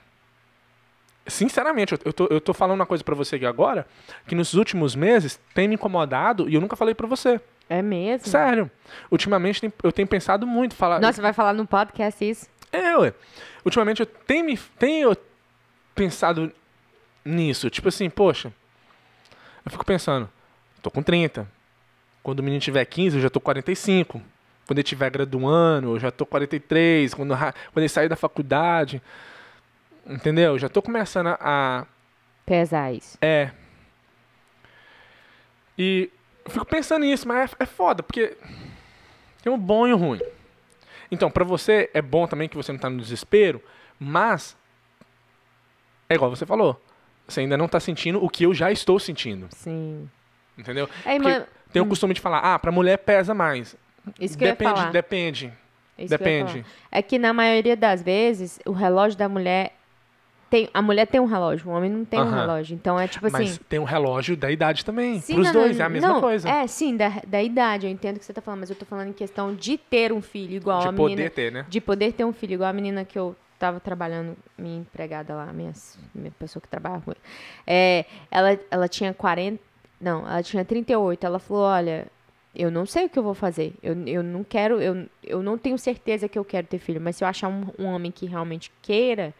A: Sinceramente, eu- eu tô, eu tô falando uma coisa pra você aqui agora, que nos últimos meses tem me incomodado e eu nunca falei pra você.
B: É mesmo?
A: Sério. Ultimamente tem- eu tenho pensado muito. Falar,
B: Nossa, você vai falar no podcast isso?
A: é, ué. Ultimamente eu tenho, me- tenho pensado nisso. Tipo assim, poxa. Eu fico pensando, tô com 30. Quando o menino tiver 15, eu já tô 45. Quando ele tiver graduando, eu já tô 43. Quando, ra- quando ele sair da faculdade. Entendeu? Eu já tô começando a- a
B: Pesar isso.
A: é. E eu fico pensando nisso, mas é, é foda, porque tem o bom e o ruim. Então, pra você é bom também que você não tá no desespero, mas é igual você falou. Você ainda não tá sentindo o que eu já estou sentindo,
B: Sim.
A: entendeu?
B: É,
A: Porque
B: mas-
A: tem o costume de falar, ah, pra mulher pesa mais.
B: Isso que eu ia
A: Depende,
B: falar. Tipo
A: depende.
B: Isso que eu ia
A: depende.
B: falar. É que na maioria das vezes, o relógio da mulher. Tem, a mulher tem um relógio, o homem não tem um
A: Aham.
B: relógio. Então é tipo assim.
A: Mas tem o relógio da idade também.
B: Sim,
A: Pros
B: não,
A: dois
B: não,
A: é a mesma
B: não,
A: coisa.
B: É, sim, da, da idade, eu entendo o que você tá falando, mas eu tô falando em questão de ter um filho igual a
A: de
B: menina.
A: poder ter, né?
B: De poder ter um filho, igual a menina que eu tava trabalhando, minha empregada lá, minha, minha pessoa que trabalha com é, ela, ela tinha 40. Não, ela tinha 38. Ela falou: olha, eu não sei o que eu vou fazer. Eu, eu não quero, eu, eu não tenho certeza que eu quero ter filho, mas se eu achar um, um homem que realmente queira.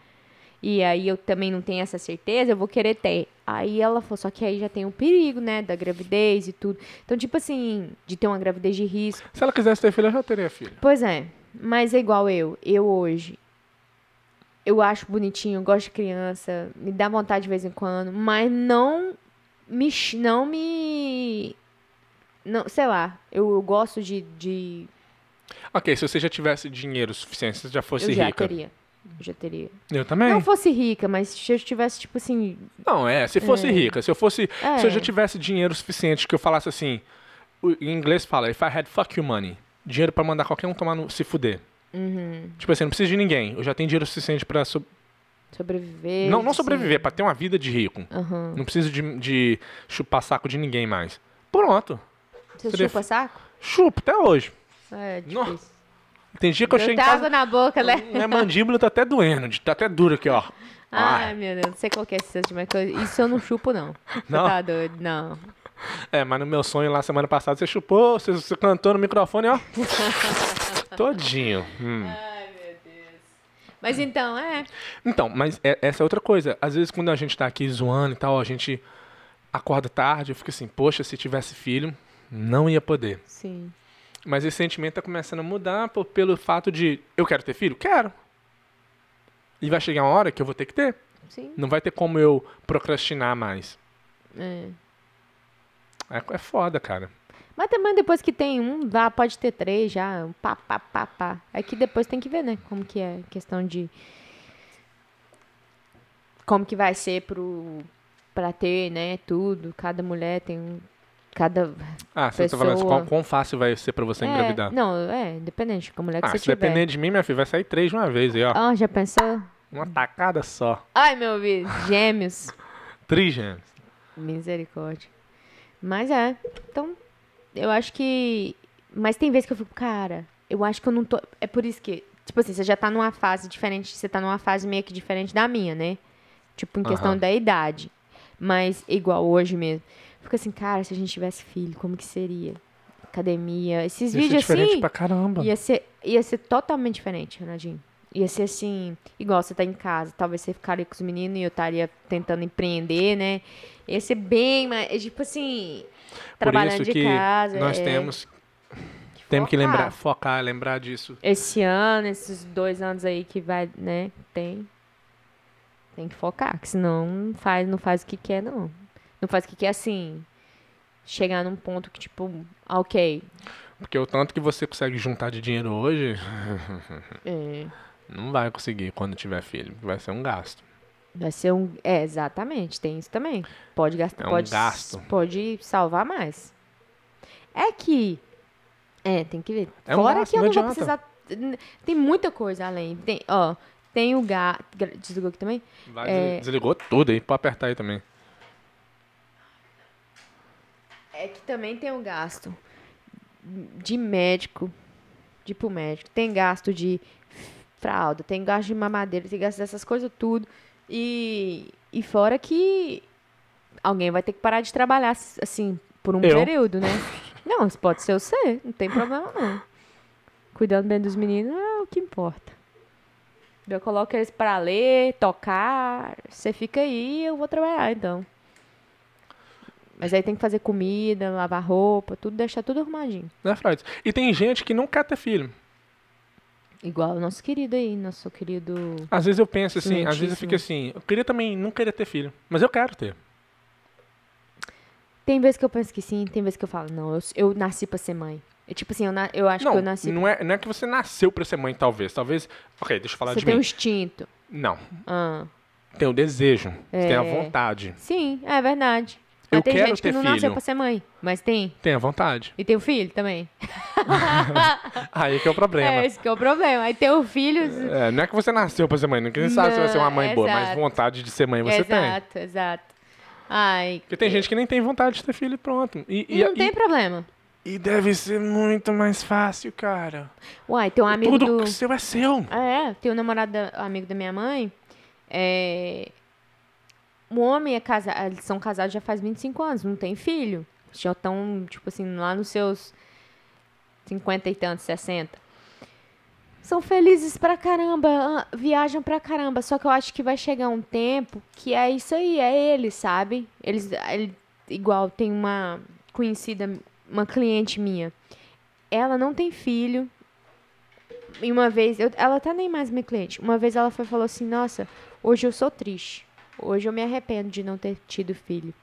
B: E aí eu também não tenho essa certeza, eu vou querer ter. Aí ela falou, só que aí já tem o perigo, né, da gravidez e tudo. Então, tipo assim, de ter uma gravidez de risco.
A: Se ela quisesse ter filho, eu já teria filho.
B: Pois é, mas é igual eu. Eu hoje. Eu acho bonitinho, gosto de criança, me dá vontade de vez em quando, mas não me. ch- Não me. Não, sei lá, eu, eu gosto de. de
A: Ok, se você já tivesse dinheiro suficiente, se você já fosse
B: eu já
A: rica. É.
B: teria. Eu já teria.
A: Eu também.
B: Não fosse rica, mas se eu tivesse, tipo assim.
A: Não, é, se fosse rica, se eu fosse.
B: É.
A: Se eu já tivesse dinheiro suficiente que eu falasse assim. o- Em inglês fala, if I had fuck you money. Dinheiro pra mandar qualquer um tomar no, se fuder.
B: Uhum.
A: Tipo assim, não preciso de ninguém. Eu já tenho dinheiro suficiente pra. so-
B: Sobreviver.
A: Não, não
B: assim.
A: sobreviver, pra ter uma vida de rico.
B: Aham.
A: Não preciso de, de chupar saco de ninguém mais. Pronto.
B: Você
A: Sobrevi-
B: chupa saco?
A: Chupa até hoje.
B: É
A: Não,
B: difícil.
A: Tem dia que eu,
B: Eu
A: chego em
B: tava
A: casa.
B: na boca, né?
A: Minha mandíbula tá até doendo, de- tá até dura aqui, ó.
B: Ai, meu Deus, não sei qual que é esse senso de mas que eu- Isso eu não chupo, não. Você
A: Ah. Não?
B: Tá doido, não.
A: É, mas no meu sonho lá semana passada você chupou, você, você cantou no microfone, ó. Todinho. Hum.
B: Ai, meu Deus. Mas então, é.
A: Então, mas é- essa é outra coisa. Às vezes quando a gente tá aqui zoando e tal, a gente acorda tarde, eu fico assim, poxa, se tivesse filho, não ia poder.
B: Sim.
A: Mas esse sentimento tá começando a mudar pô, pelo fato de eu quero ter filho? Quero. E vai chegar uma hora que eu vou ter que ter.
B: Sim.
A: Não vai ter como eu procrastinar mais.
B: É.
A: É, é foda, cara.
B: Mas também depois que tem um, dá, pode ter três já. Um pá, pá, pá, pá. É que depois tem que ver, né? Como que é questão de. Como que vai ser pro. Pra ter, né? Tudo. Cada mulher tem um. Cada.
A: Ah, você tá falando assim,
B: Pessoa.
A: quão, quão fácil vai ser pra você
B: é,
A: engravidar?
B: Não, é, independente. Com a mulher que
A: Ah,
B: você
A: se
B: tiver.
A: depender de mim, minha filha, vai sair três de uma vez aí, ó.
B: Ah, já pensou?
A: Uma tacada só.
B: Ai, meu ouvido. Gêmeos.
A: Trigêmeos.
B: Misericórdia. Mas é. Então, eu acho que. Mas tem vezes que eu fico, cara, eu acho que eu não tô. É por isso que. Tipo assim, você já tá numa fase diferente. Você tá numa fase meio que diferente da minha, né? Tipo, em questão
A: Aham.
B: da idade. Mas igual hoje mesmo. Fico assim, cara, se a gente tivesse filho, como que seria? Academia.
A: Ia
B: Esses
A: ser
B: vídeos
A: é diferente
B: assim.
A: pra caramba.
B: Ia ser, ia ser totalmente diferente, Renadinho. Ia ser assim, igual você tá em casa, talvez você ficaria com os meninos e eu estaria tentando empreender, né? Ia ser bem, mas, é tipo assim,
A: Por
B: trabalhando
A: isso
B: de
A: que
B: casa.
A: nós
B: é,
A: temos, temos que
B: focar.
A: lembrar, focar, lembrar disso.
B: Esse ano, esses dois anos aí que vai, né? Tem. Tem que focar, que senão não faz, não faz o que quer, não. Não faz o que quer assim. Chegar num ponto que, tipo, ah, ok.
A: Porque o tanto que você consegue juntar de dinheiro hoje,
B: É,
A: não vai conseguir quando tiver filho. Vai ser um gasto.
B: Vai ser um. É, exatamente, tem isso também. Pode gastar.
A: É um
B: pode,
A: gasto.
B: Pode salvar mais. É que. É, tem que ver.
A: É um
B: Fora
A: gasto,
B: que eu
A: não
B: não vou
A: adianta.
B: precisar. Tem muita coisa além. Tem, ó, tem o gasto. Desligou aqui também?
A: Vai, desligou tudo aí, pode apertar aí também.
B: É que também tem um gasto de médico, tipo médico. Tem gasto de fralda, tem gasto de mamadeira, tem gasto dessas coisas tudo. E, e fora que alguém vai ter que parar de trabalhar, assim, por um
A: Eu.
B: período, né? Não, isso pode ser você, não tem problema não. Cuidando bem dos meninos é o que importa. Eu coloco eles pra ler, tocar, você fica aí e eu vou trabalhar, então. Mas aí tem que fazer comida, lavar roupa, tudo, deixar tudo arrumadinho.
A: Né, Freud? E tem gente que não quer ter filho.
B: Igual o nosso querido aí, nosso querido...
A: Às vezes eu penso assim, às vezes eu
B: Lentíssimo.
A: fico assim, eu queria também não querer ter filho, mas eu quero ter.
B: Tem vezes que eu penso que sim, tem vezes que eu falo, não, eu, eu nasci pra ser mãe. É tipo assim, eu, na- eu acho
A: não,
B: que eu nasci...
A: não é, não é que você nasceu pra ser mãe, talvez. Talvez. Ok, deixa eu falar
B: Você
A: de
B: tem
A: mim.
B: um instinto.
A: Não.
B: Ah,
A: Tem o desejo.
B: É.
A: Tem a vontade.
B: sim, é verdade.
A: Eu
B: Mas tem
A: quero
B: gente que
A: ter
B: não
A: filho.
B: nasceu pra ser mãe, mas tem.
A: Tem a vontade.
B: E tem o filho também.
A: Aí que é o
B: É,
A: problema.
B: esse que é o problema. Aí tem o filho...
A: É, não é que você nasceu pra ser mãe, não quem sabe se vai ser uma
B: Não,
A: mãe boa, mas
B: exato.
A: vontade de ser mãe você tem.
B: exato, exato. Ai,
A: Porque tem gente que nem tem vontade de ter filho e pronto. E, e,
B: não
A: e-
B: tem problema.
A: e deve ser muito mais fácil, cara.
B: Uai, tem um amigo
A: Tudo
B: do...
A: que seu é seu.
B: Ah, É, tem um namorado, da- amigo da minha mãe. É... Um homem é casado, eles são casados já faz 25 anos, não tem filho. Já estão, tipo assim, lá nos seus 50 e tantos, 60. São felizes pra caramba, ah, viajam pra caramba. Só que eu acho que vai chegar um tempo que é isso aí, é eles, sabe? Eles, ele- igual, tem uma conhecida, uma cliente minha. Ela não tem filho, e uma vez, eu- ela tá nem mais minha cliente. Uma vez ela foi e falou assim: Nossa, hoje eu sou triste. Hoje eu me arrependo de não ter tido filho.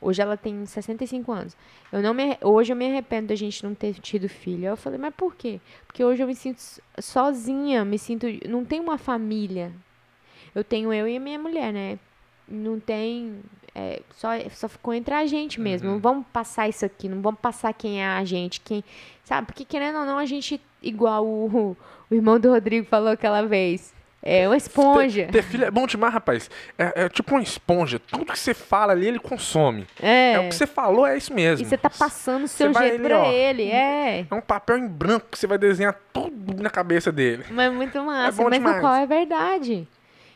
B: Hoje ela tem 65 anos. Eu não me, arre- hoje eu me arrependo da gente não ter tido filho. Aí eu falei: Mas por quê? Porque hoje eu me sinto s- sozinha, me sinto. Não tenho uma família. Eu tenho eu e a minha mulher, né? Não tem. é, só, só ficou entre a gente mesmo. Não vamos passar isso aqui, não vamos passar quem é a gente, quem. Sabe? Porque querendo ou não, a gente, igual o, o irmão do Rodrigo falou aquela vez, é uma esponja.
A: Ter, ter filho é bom demais, rapaz. É, é tipo uma esponja. Tudo que você fala ali, ele consome. É,
B: É.
A: o que você falou, é isso mesmo.
B: E você tá passando o seu
A: Você vai
B: jeito
A: ali,
B: pra
A: ó.
B: ele. É.
A: É um papel em branco que você vai desenhar tudo na cabeça dele.
B: Mas é muito massa.
A: bom
B: mas
A: demais.
B: no qual é verdade.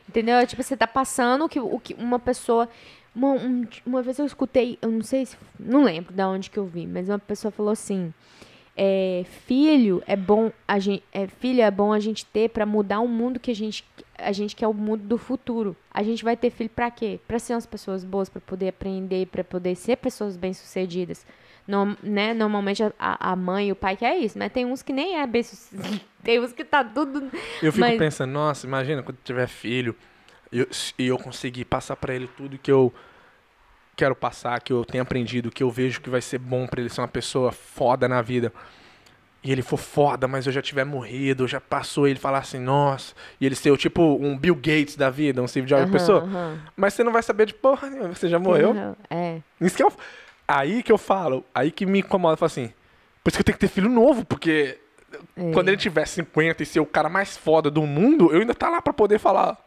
B: Entendeu? É Tipo, você tá passando o que, o que uma pessoa. Uma, um- uma vez eu escutei, eu não sei se. Não lembro da onde que eu vi, mas uma pessoa falou assim. é, filho é bom a gente é, filho é bom a gente ter pra mudar o mundo que a gente a gente quer o mundo do futuro a gente vai ter filho pra quê Pra ser umas pessoas boas pra poder aprender pra poder ser pessoas bem sucedidas Norm- né, normalmente a, a mãe e o pai quer isso mas tem uns que nem é bem sucedido tem uns que tá tudo
A: Eu fico
B: Mas-
A: pensando, nossa, imagina quando tiver filho eu- e eu, conseguir passar pra ele tudo que eu quero passar, que eu tenho aprendido, que eu vejo que vai ser bom pra ele ser uma pessoa foda na vida. E ele for foda, mas eu já tiver morrido, eu já passou ele falar assim, nossa, e ele ser o tipo um Bill Gates da vida, um Steve Jobs
B: Aham,
A: pessoa.
B: aham.
A: Mas você não vai saber de porra nenhuma, você já morreu.
B: Aham, é
A: Isso que eu, aí que eu falo, aí que me incomoda, eu falo assim, por isso que eu tenho que ter filho novo, porque
B: É.
A: quando ele tiver 50 e ser o cara mais foda do mundo, eu ainda tá lá pra poder falar,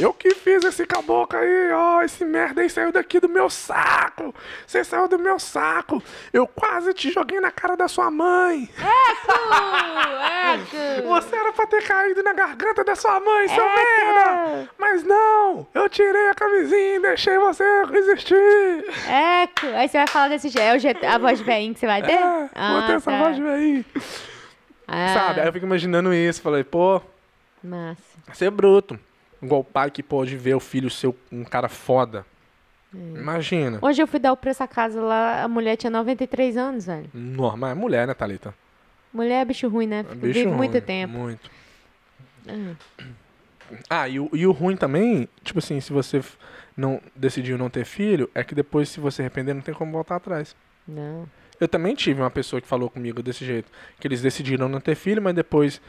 A: eu que fiz esse caboclo aí, ó, esse merda aí saiu daqui do meu saco, você saiu do meu saco, eu quase te joguei na cara da sua mãe,
B: É.
A: você era pra ter caído na garganta da sua mãe, seu merda, mas não, eu tirei a camisinha e deixei você existir.
B: Eco! Aí você vai falar desse jeito. É o jeito, a voz de veinho que você vai ter?
A: É, vou ter essa
B: tá.
A: voz aí.
B: Ah,
A: Sabe? Aí eu fico imaginando isso. Falei, pô,
B: Massa.
A: você é bruto. Igual o pai que pode ver o filho seu um cara foda. Imagina.
B: Hoje eu fui dar o preço à casa lá, a mulher tinha 93 anos, velho.
A: Normal, é mulher, né, Thalita?
B: Mulher é bicho ruim, né?
A: É
B: Fica-
A: bicho
B: Vive
A: ruim,
B: muito tempo. É.
A: Muito. Ah, e o, e o ruim também, tipo assim, se você f- não decidiu não ter filho, é que depois, se você arrepender, não tem como voltar atrás.
B: Não.
A: Eu também tive uma pessoa que falou comigo desse jeito, que eles decidiram não ter filho, mas depois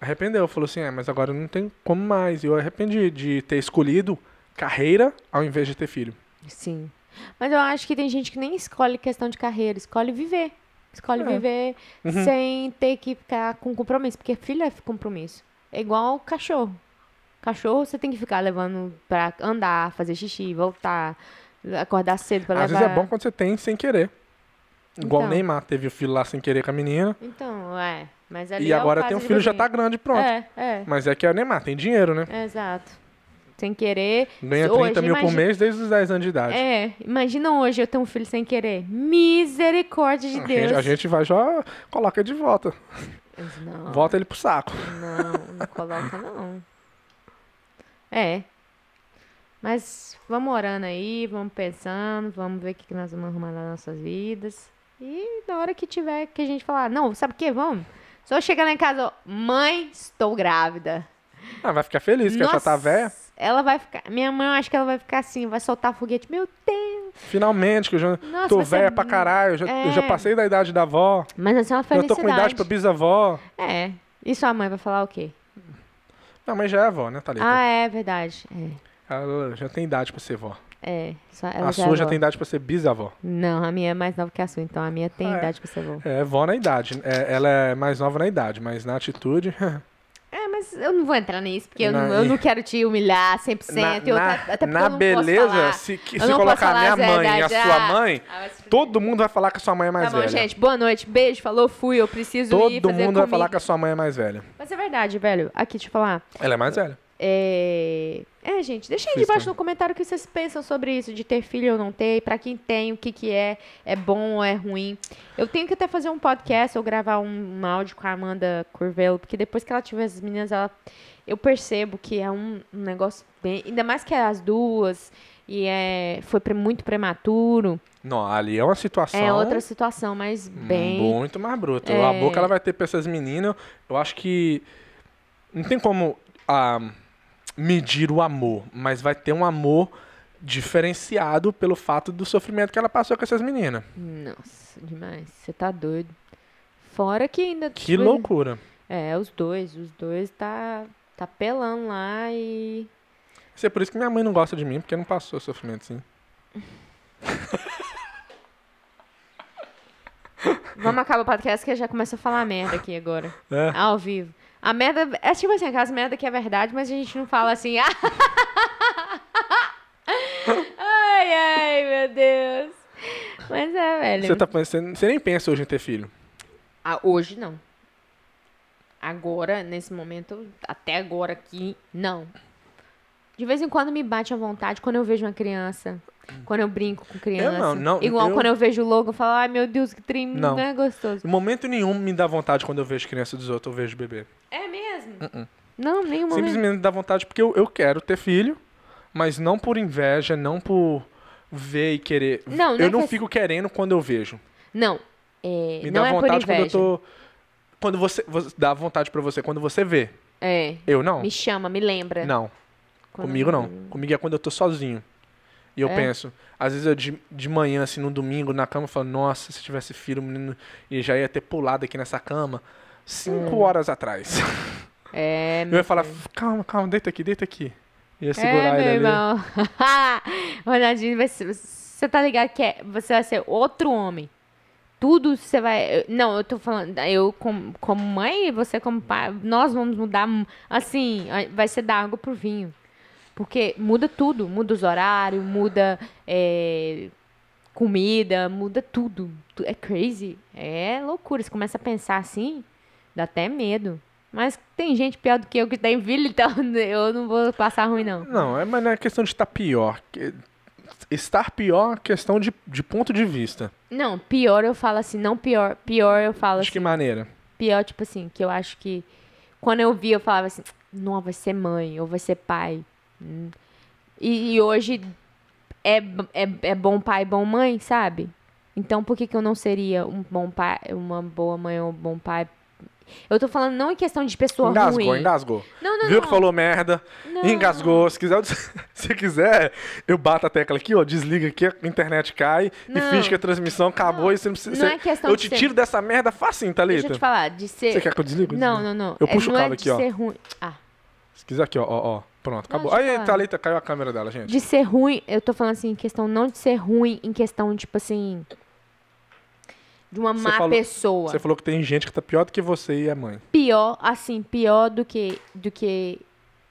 A: arrependeu, falou assim, é, mas agora não tem como mais. E eu arrependi de ter escolhido carreira ao invés de ter filho.
B: Sim. Mas eu acho que tem gente que nem escolhe questão de carreira, escolhe viver. Escolhe
A: É.
B: viver sem ter que ficar com compromisso, porque filho é compromisso. É igual cachorro. Cachorro você tem que ficar levando pra andar, fazer xixi, voltar, acordar cedo pra
A: Às é
B: levar.
A: vezes é bom quando você tem sem querer. Igual o
B: Então.
A: Neymar teve o filho lá sem querer com a menina.
B: Então, é. Mas ali
A: e
B: é o
A: agora
B: caso
A: tem um
B: de
A: filho já tá
B: governo.
A: grande, pronto.
B: É,
A: Mas é que é o Neymar, tem dinheiro, né?
B: é. Exato. Sem querer.
A: Ganha
B: Hoje,
A: 30 mil por
B: imagina-
A: mês desde os 10 anos de idade.
B: É, imagina hoje eu ter um filho sem querer. Misericórdia de
A: A gente-
B: Deus.
A: A gente vai já coloca de volta.
B: Não,
A: Volta ele pro saco.
B: não, não coloca não. É. Mas vamos orando aí, vamos pensando, vamos ver o que que nós vamos arrumar nas nossas vidas. E na hora que tiver que a gente falar, não, sabe o que? Vamos. Só chegar lá em casa, ó, mãe, estou grávida.
A: Ah, vai ficar feliz, que ela já tá
B: Nossa,
A: velha.
B: Ela vai ficar. Minha mãe, eu acho que ela vai ficar assim, vai soltar foguete. Meu Deus!
A: Finalmente, que eu já
B: Nossa, é
A: tô
B: vai ser
A: velha pra caralho. Eu já, eu já
B: É.
A: passei da idade da avó.
B: Mas vai ser uma
A: Eu
B: felicidade.
A: tô com idade pra bisavó.
B: É. E sua mãe vai falar o quê?
A: Minha mãe já é avó, né, Thalita?
B: Ah, é verdade. É.
A: Ela já tem idade pra ser vó.
B: é. Sua- ela
A: a sua já tem
B: é avó.
A: idade pra ser bisavó.
B: Não, a minha é mais nova que a sua, então a minha tem
A: Ah, é.
B: idade pra ser avó.
A: É vó na idade. É, ela é mais nova na idade, mas na atitude.
B: É, mas eu não vou entrar nisso, porque eu,
A: Na-
B: não, eu não quero te humilhar 100%. é eu,
A: na
B: até porque
A: na
B: eu não
A: beleza,
B: posso falar.
A: se, que-
B: Eu
A: se
B: não posso
A: colocar
B: falar
A: minha
B: as
A: mãe e a
B: verdades.
A: sua
B: Ah,
A: mãe,
B: ah, vai se fuder.
A: todo mundo vai falar que a sua mãe é mais
B: Tá bom,
A: velha.
B: gente. Boa noite. Beijo, falou, fui. Eu preciso
A: Todo
B: ir
A: mundo
B: fazer
A: vai
B: comida.
A: falar que a sua mãe é mais velha.
B: Mas é verdade, velho. Aqui, deixa eu falar.
A: Ela é mais velha.
B: É... é, gente, deixa aí
A: Vocês
B: debaixo
A: tão-
B: no comentário o que vocês pensam sobre isso, de ter filho ou não ter, pra quem tem, o que que é, é bom ou é ruim. Eu tenho que até fazer um podcast ou gravar um, um áudio com a Amanda Curvelo, porque depois que ela tiver as meninas, ela... eu percebo que é um, um negócio bem... Ainda mais que é as duas, e é... foi pre- muito prematuro,
A: Não, ali é uma situação.
B: é outra situação, mas
A: Hum,
B: bem...
A: Muito mais bruta. O
B: É.
A: amor que ela vai ter pra essas meninas, eu acho que. Não tem como ah, medir o amor, mas vai ter um amor diferenciado pelo fato do sofrimento que ela passou com essas meninas.
B: Nossa, demais, você tá doido. Fora que ainda...
A: Que loucura.
B: É, os dois. Os dois tá, tá pelando lá e.
A: Isso é por isso que minha mãe não gosta de mim, porque não passou sofrimento assim.
B: Vamos acabar o podcast que já começou a falar merda aqui agora.
A: É.
B: Ao vivo. A merda. É tipo assim, aquelas merda que é verdade, mas a gente não fala assim. ai, ai, meu Deus. Mas é, velho.
A: Você, tá pensando, você nem pensa hoje em ter filho.
B: Ah, hoje não. Agora, nesse momento, até agora aqui, não. De vez em quando me bate a vontade quando eu vejo uma criança. Quando eu brinco com criança.
A: não, não,
B: Igual
A: eu-
B: quando eu vejo o logo, eu falo, ai meu Deus, que trem,
A: Não.
B: não. é gostoso.
A: Em momento nenhum me dá vontade quando eu vejo criança dos outros ou vejo bebê.
B: É mesmo?
A: Uh-uh.
B: Não, nenhuma momento.
A: Simplesmente dá vontade porque eu, eu quero ter filho, mas não por inveja, não por ver e querer.
B: Não, não
A: eu
B: é
A: não
B: que-
A: fico querendo quando eu vejo.
B: Não. É,
A: Me
B: não
A: dá
B: é por
A: vontade quando eu
B: inveja.
A: tô. Quando você, você- Dá vontade pra você quando você vê.
B: É.
A: Eu não.
B: Me chama, me lembra.
A: Não.
B: Quando-
A: Comigo não. Comigo é quando eu tô sozinho. E eu
B: É?
A: penso, às vezes eu de, de manhã, assim, no domingo, na cama, eu falo, nossa, se tivesse filho, o menino, e já ia ter pulado aqui nessa cama cinco
B: Hum.
A: horas atrás.
B: É,
A: Eu ia falar, calma, calma, deita aqui, deita aqui. Ia
B: é,
A: segurar
B: meu
A: ele ali.
B: irmão. Ronaldinho, vai ser- você tá ligado que é- você vai ser outro homem. Tudo você vai. eu- Não, eu tô falando. Eu, como, como mãe, você como pai, nós vamos mudar. mu- Assim, a- vai ser da água pro vinho. Porque muda tudo. Muda os horários, muda é, comida, muda tudo. Tu- É crazy. É loucura. Você começa a pensar assim, dá até medo. Mas tem gente pior do que eu que tem filho, então eu não vou passar ruim, não.
A: Não, é, mas não é questão de estar pior. que- Estar pior é questão de, de ponto de vista.
B: Não, pior eu falo assim, não pior. Pior eu falo
A: de que
B: assim,
A: maneira?
B: pior, tipo assim, que eu acho que. Quando eu vi, eu falava assim, não, vai ser mãe, ou vai ser pai. Hum. E, e hoje é, b- é, é bom pai, bom mãe, sabe? Então por que, que eu não seria um bom pai, uma boa mãe ou um bom pai? Eu tô falando não em questão de pessoa
A: engasgou,
B: ruim.
A: engasgou.
B: Não, não,
A: Viu
B: não.
A: que falou merda?
B: Não.
A: Engasgou. Se quiser, eu- se quiser, eu bato a tecla aqui, ó, desliga aqui, a internet cai e
B: Não.
A: finge que a transmissão acabou e você não precisa.
B: Não
A: você-
B: é questão
A: eu
B: de
A: te
B: ser-
A: tiro dessa merda facinho,
B: Deixa
A: Thalita.
B: eu te falar, de ser.
A: Você quer que eu desligue?
B: Não, não, não.
A: Eu
B: É-
A: puxo o
B: não é
A: cabo aqui,
B: de
A: ó.
B: ser ruim. Ah.
A: Se quiser aqui, ó, ó, ó. Pronto, acabou.
B: deixa eu
A: Aí,
B: falar.
A: Thalita, caiu a câmera dela, gente.
B: De ser ruim, eu tô falando assim, em questão não de ser ruim, em questão, tipo assim. De uma
A: Você
B: má
A: falou-
B: pessoa.
A: Você falou que tem gente que tá pior do que você e é mãe.
B: Pior, assim, pior do que, do que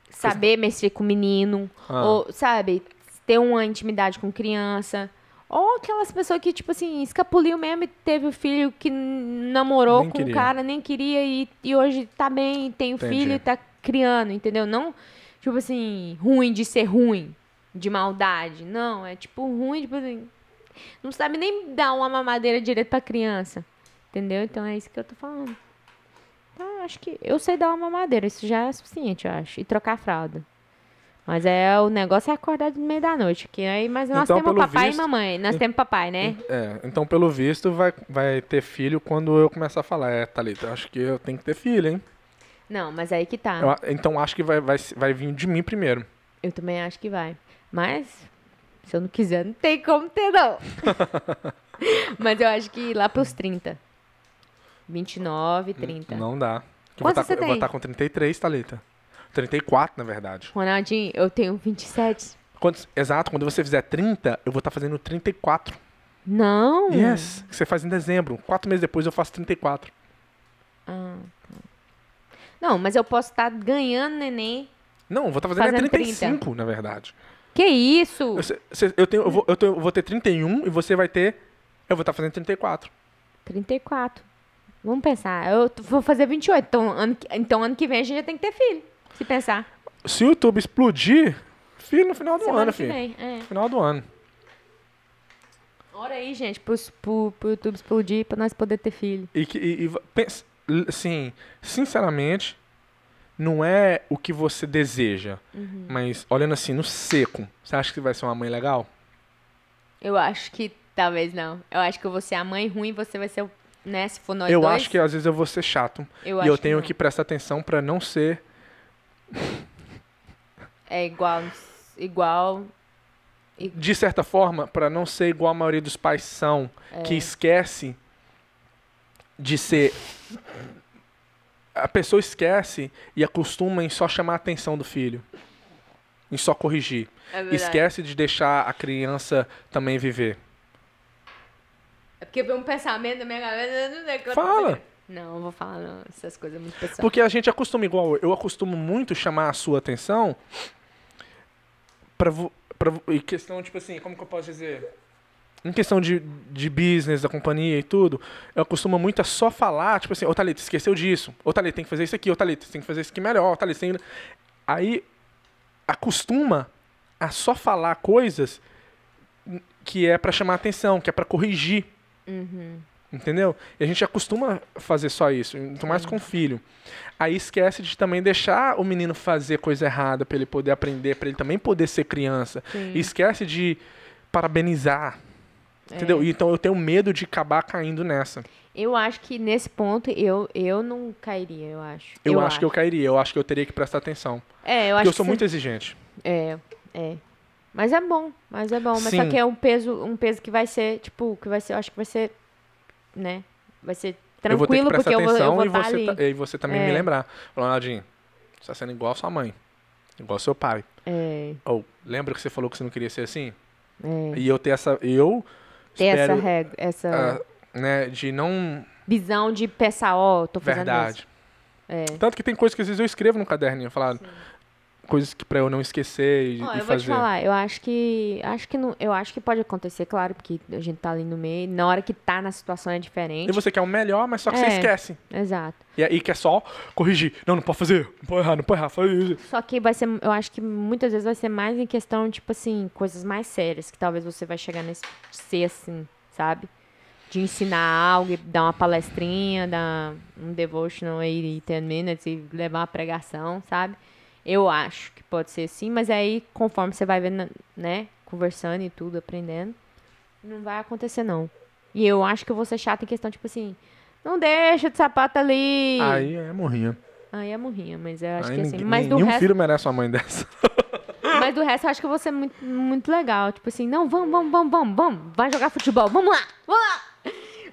B: saber mexer com menino.
A: Ah.
B: Ou, sabe, ter uma intimidade com criança. Ou aquelas pessoas que, tipo assim, escapuliu mesmo e teve o filho que n- namorou
A: Nem
B: com
A: queria.
B: o cara, nem queria e, e hoje tá bem, tem o
A: Entendi.
B: filho e tá criando, entendeu? Não, tipo assim, ruim de ser ruim, de maldade. Não, é tipo ruim, tipo assim, não sabe nem dar uma mamadeira direito pra criança, entendeu? Então é isso que eu tô falando. Então, eu acho que eu sei dar uma mamadeira, isso já é suficiente, eu acho. E trocar a fralda. Mas é o negócio é acordar no meio da noite, que aí, mas nós
A: Então,
B: temos
A: pelo
B: papai
A: visto-
B: e mamãe, nós temos papai, né?
A: É, então, pelo visto, vai, vai ter filho quando eu começar a falar. É, Thalita, acho que eu tenho que ter filho, hein?
B: Não, mas aí que tá.
A: Eu a- então, acho que vai, vai, se- vai vir de mim primeiro.
B: Eu também acho que vai. Mas, se eu não quiser, não tem como ter, não. mas eu acho que lá pros 30. 29, 30.
A: Não dá. Eu vou,
B: Quantos
A: tá,
B: você
A: com- eu vou
B: tem?
A: tá com 33, Thalita. 34, na verdade.
B: Ronaldinho, eu tenho 27.
A: Quantos- exato, quando você fizer 30, eu vou estar fazendo 34.
B: Não.
A: Yes, que você faz em dezembro. Quatro meses depois eu faço 34.
B: Não, mas eu posso estar ganhando neném.
A: Não, eu vou estar fazendo, é
B: Fazendo
A: 35, na verdade.
B: Que isso?
A: Eu, se- se- eu tenho, eu, vou, eu tenho- eu vou ter 31 e você vai ter... Eu vou estar fazendo 34.
B: 34. Vamos pensar. Eu t- vou fazer 28. Então ano, que, então, ano que vem a gente já tem que ter filho. Se pensar.
A: Se o YouTube explodir, filho, no final do
B: Semana
A: ano,
B: que
A: filho.
B: vem. É.
A: Final do ano.
B: Ora aí, gente, pros- pro, pro YouTube explodir pra nós poder ter filho.
A: E que, e, e va- pens- l- assim, sinceramente, não é o que você deseja,
B: Uhum.
A: mas olhando assim, no seco, você acha que vai ser uma mãe legal?
B: Eu acho que talvez não. Eu acho que eu vou ser a mãe ruim e você vai ser o. Né? Se for nós
A: eu
B: dois.
A: acho que às vezes eu vou ser chato. e
B: Eu
A: eu
B: acho que
A: tenho
B: não.
A: que, prestar atenção pra não ser.
B: É igual. Igual.
A: De certa forma, pra não ser igual a maioria dos pais são,
B: É.
A: que esquece de ser. A pessoa esquece e acostuma em só chamar a atenção do filho. Em só corrigir.
B: É verdade.
A: Esquece de deixar a criança também viver.
B: É porque veio um pensamento na minha cabeça. eu não sei o que eu tô
A: Fala.
B: fazendo. Não, eu vou falar não, essas coisas muito pessoais.
A: Porque a gente acostuma igual eu, eu acostumo muito chamar a sua atenção para para em questão tipo assim, como que eu posso dizer? Em questão de, de business, da companhia e tudo, eu acostumo muito a só falar, tipo assim, ô Thalita, esqueceu disso. Ô Thalita, tem que fazer isso aqui. Ô Thalita, você tem que fazer isso aqui melhor. Ô Thalita, tem... Aí, acostuma a só falar coisas que é pra chamar atenção, que é pra corrigir. Entendeu? E a gente acostuma fazer só isso, muito mais com o filho. Aí esquece de também deixar o menino fazer coisa errada pra ele poder aprender, pra ele também poder ser criança. E esquece de parabenizar.
B: É.
A: Entendeu? Então eu tenho medo de acabar caindo nessa.
B: Eu acho que nesse ponto eu, eu não cairia, eu acho.
A: Eu, acho, que eu cairia, eu acho que eu teria que prestar atenção.
B: É, eu
A: Porque
B: acho
A: eu sou
B: que
A: muito exigente.
B: É, é. Mas é bom, mas é bom. Mas só
A: Sim.
B: que é um peso, um peso que vai ser, tipo, que vai ser, eu acho que vai ser, né? Vai ser
A: eu vou ter que
B: tranquilo,
A: prestar
B: porque eu vou, eu
A: atenção
B: vou
A: e,
B: estar
A: você tá-
B: ali.
A: ta- e você também me
B: É.
A: lembrar. Ronaldinho, você tá sendo igual a sua mãe. Igual seu pai.
B: É,
A: Ou, lembra que você falou que você não queria ser assim?
B: é.
A: E eu ter essa. Eu
B: Ter essa
A: espero,
B: regra, essa
A: ah, né, de não.
B: visão de pensar, ó, eu tô fazendo isso. É.
A: Verdade. Tanto que tem coisas que às vezes eu escrevo no caderno, eu falo, coisas que pra eu não esquecer e, e
B: Ó, eu vou te
A: fazer.
B: falar, eu acho que. Acho que não, eu acho que pode acontecer, claro, porque a gente tá ali no meio. Na hora que tá na situação é
A: E
B: diferente.
A: você quer o melhor, mas só que você
B: É.
A: esquece.
B: Exato.
A: E aí quer só corrigir. Não, não pode fazer. Não pode errar, não pode errar. Faz isso.
B: Só que vai ser, eu acho que muitas vezes vai ser mais em questão, tipo assim, coisas mais sérias, que talvez você vai chegar nesse ser assim, sabe? De ensinar algo, e dar uma palestrinha, dar um devotional aí de 10 minutes e levar uma pregação, sabe? Eu acho que pode ser assim, mas aí conforme você vai vendo, né, conversando e tudo, aprendendo, não vai acontecer não. E eu acho que eu vou ser chata em questão, tipo assim, não deixa de sapato ali.
A: Aí é morrinha.
B: Aí é morrinha, mas eu acho
A: Aí
B: que assim.
A: ninguém-
B: Mas do
A: nenhum
B: resto.
A: filho merece uma mãe dessa.
B: Mas do resto, eu acho que eu vou ser muito, muito legal. Tipo assim, não, vamos, vamos, vamos, vamos, vamos. Vai jogar futebol, vamos lá, vamos lá.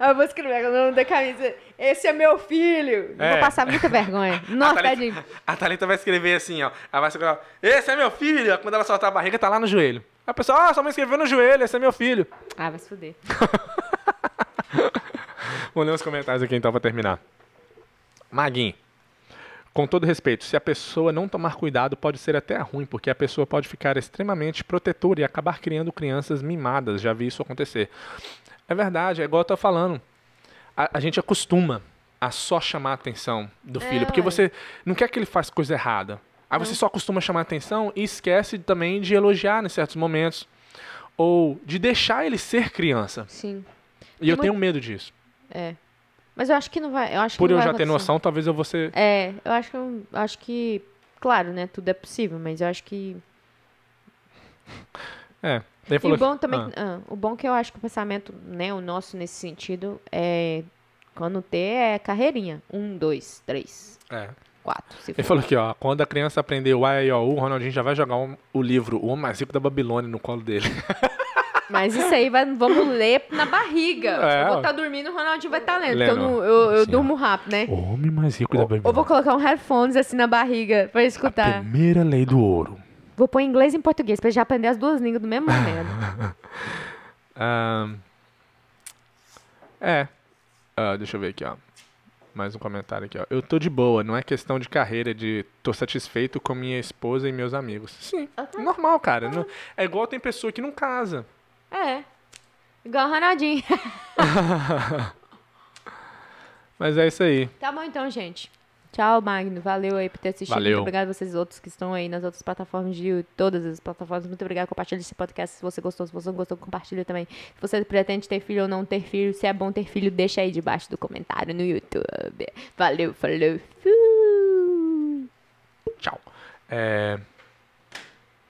B: Aí eu vou escrever o nome da camisa. Esse é meu filho.
A: É. Ah, tá
B: Vou passar muita vergonha. Nossa, tadinho.
A: A Thalita vai escrever assim, ó. Ela vai escrever, ó, esse é meu filho. Aí Quando ela soltar a barriga, tá lá no joelho. Aí A pessoa, ah, sua mãe escreveu no joelho, esse é meu filho.
B: Ah, vai se fuder.
A: Vou ler uns comentários aqui então pra terminar. Maguinho. Com todo respeito, se a pessoa não tomar cuidado, pode ser até ruim, porque a pessoa pode ficar extremamente protetora e acabar criando crianças mimadas. Já vi isso acontecer. É verdade, é igual eu tô falando. A, a gente acostuma a só chamar a atenção do
B: É,
A: filho, porque
B: ué.
A: você não quer que ele faça coisa errada. Aí você só costuma chamar a atenção e esquece também de elogiar em certos momentos. Ou de deixar ele ser criança.
B: Sim.
A: E eu
B: Uma-
A: tenho medo disso.
B: Mas eu acho que não vai. Eu acho
A: Por
B: que
A: eu
B: não é vai
A: já ter
B: acontecer.
A: noção, talvez eu vou ser.
B: É, eu acho que. eu Acho que. Claro, né? Tudo é possível, mas eu acho que.
A: É. Ele
B: E o
A: falou que-
B: bom também.
A: Ah.
B: ah, o bom que eu acho que o pensamento, né, o nosso nesse sentido é. Quando ter é carreirinha. Um, dois, três,
A: É.
B: quatro. Se
A: Ele
B: for.
A: falou aqui, ó. Quando a criança aprender o A, E, I, O, U, o Ronaldinho já vai jogar um- o livro O Homem Mais Rico da Babilônia no colo dele.
B: Mas isso aí vai, vamos ler na barriga.
A: É,
B: eu vou
A: ó.
B: estar dormindo, o Ronaldinho vai estar lendo. porque eu,
A: Lendo.
B: não- eu, eu
A: Assim, ó.
B: durmo rápido, né?
A: O Homem Mais Rico da
B: Ou vou
A: Babilônia.
B: colocar um headphones assim na barriga pra
A: A
B: escutar.
A: primeira lei do ouro.
B: Vou pôr inglês e em português pra já aprender as duas línguas do mesmo momento.
A: Ahn, é. Ah, deixa eu ver aqui, ó. Mais um comentário aqui, ó. Eu tô de boa, não é questão de carreira, de tô satisfeito com minha esposa e meus amigos. Sim,
B: Ah, tá.
A: normal, cara. Não- é igual tem pessoa que não casa.
B: É. Igual o Ronaldinho.
A: Mas é isso aí.
B: Tá bom então, gente. Tchau, Magno. Valeu aí por ter assistido.
A: Valeu.
B: Muito obrigado a vocês outros que estão aí nas outras plataformas de YouTube, todas as plataformas. Muito obrigado. Compartilha esse podcast se você gostou. Se você não gostou, compartilha também. Se você pretende ter filho ou não ter filho, se é bom ter filho, deixa aí debaixo do comentário no YouTube. Valeu, falou. Fui.
A: Tchau. É,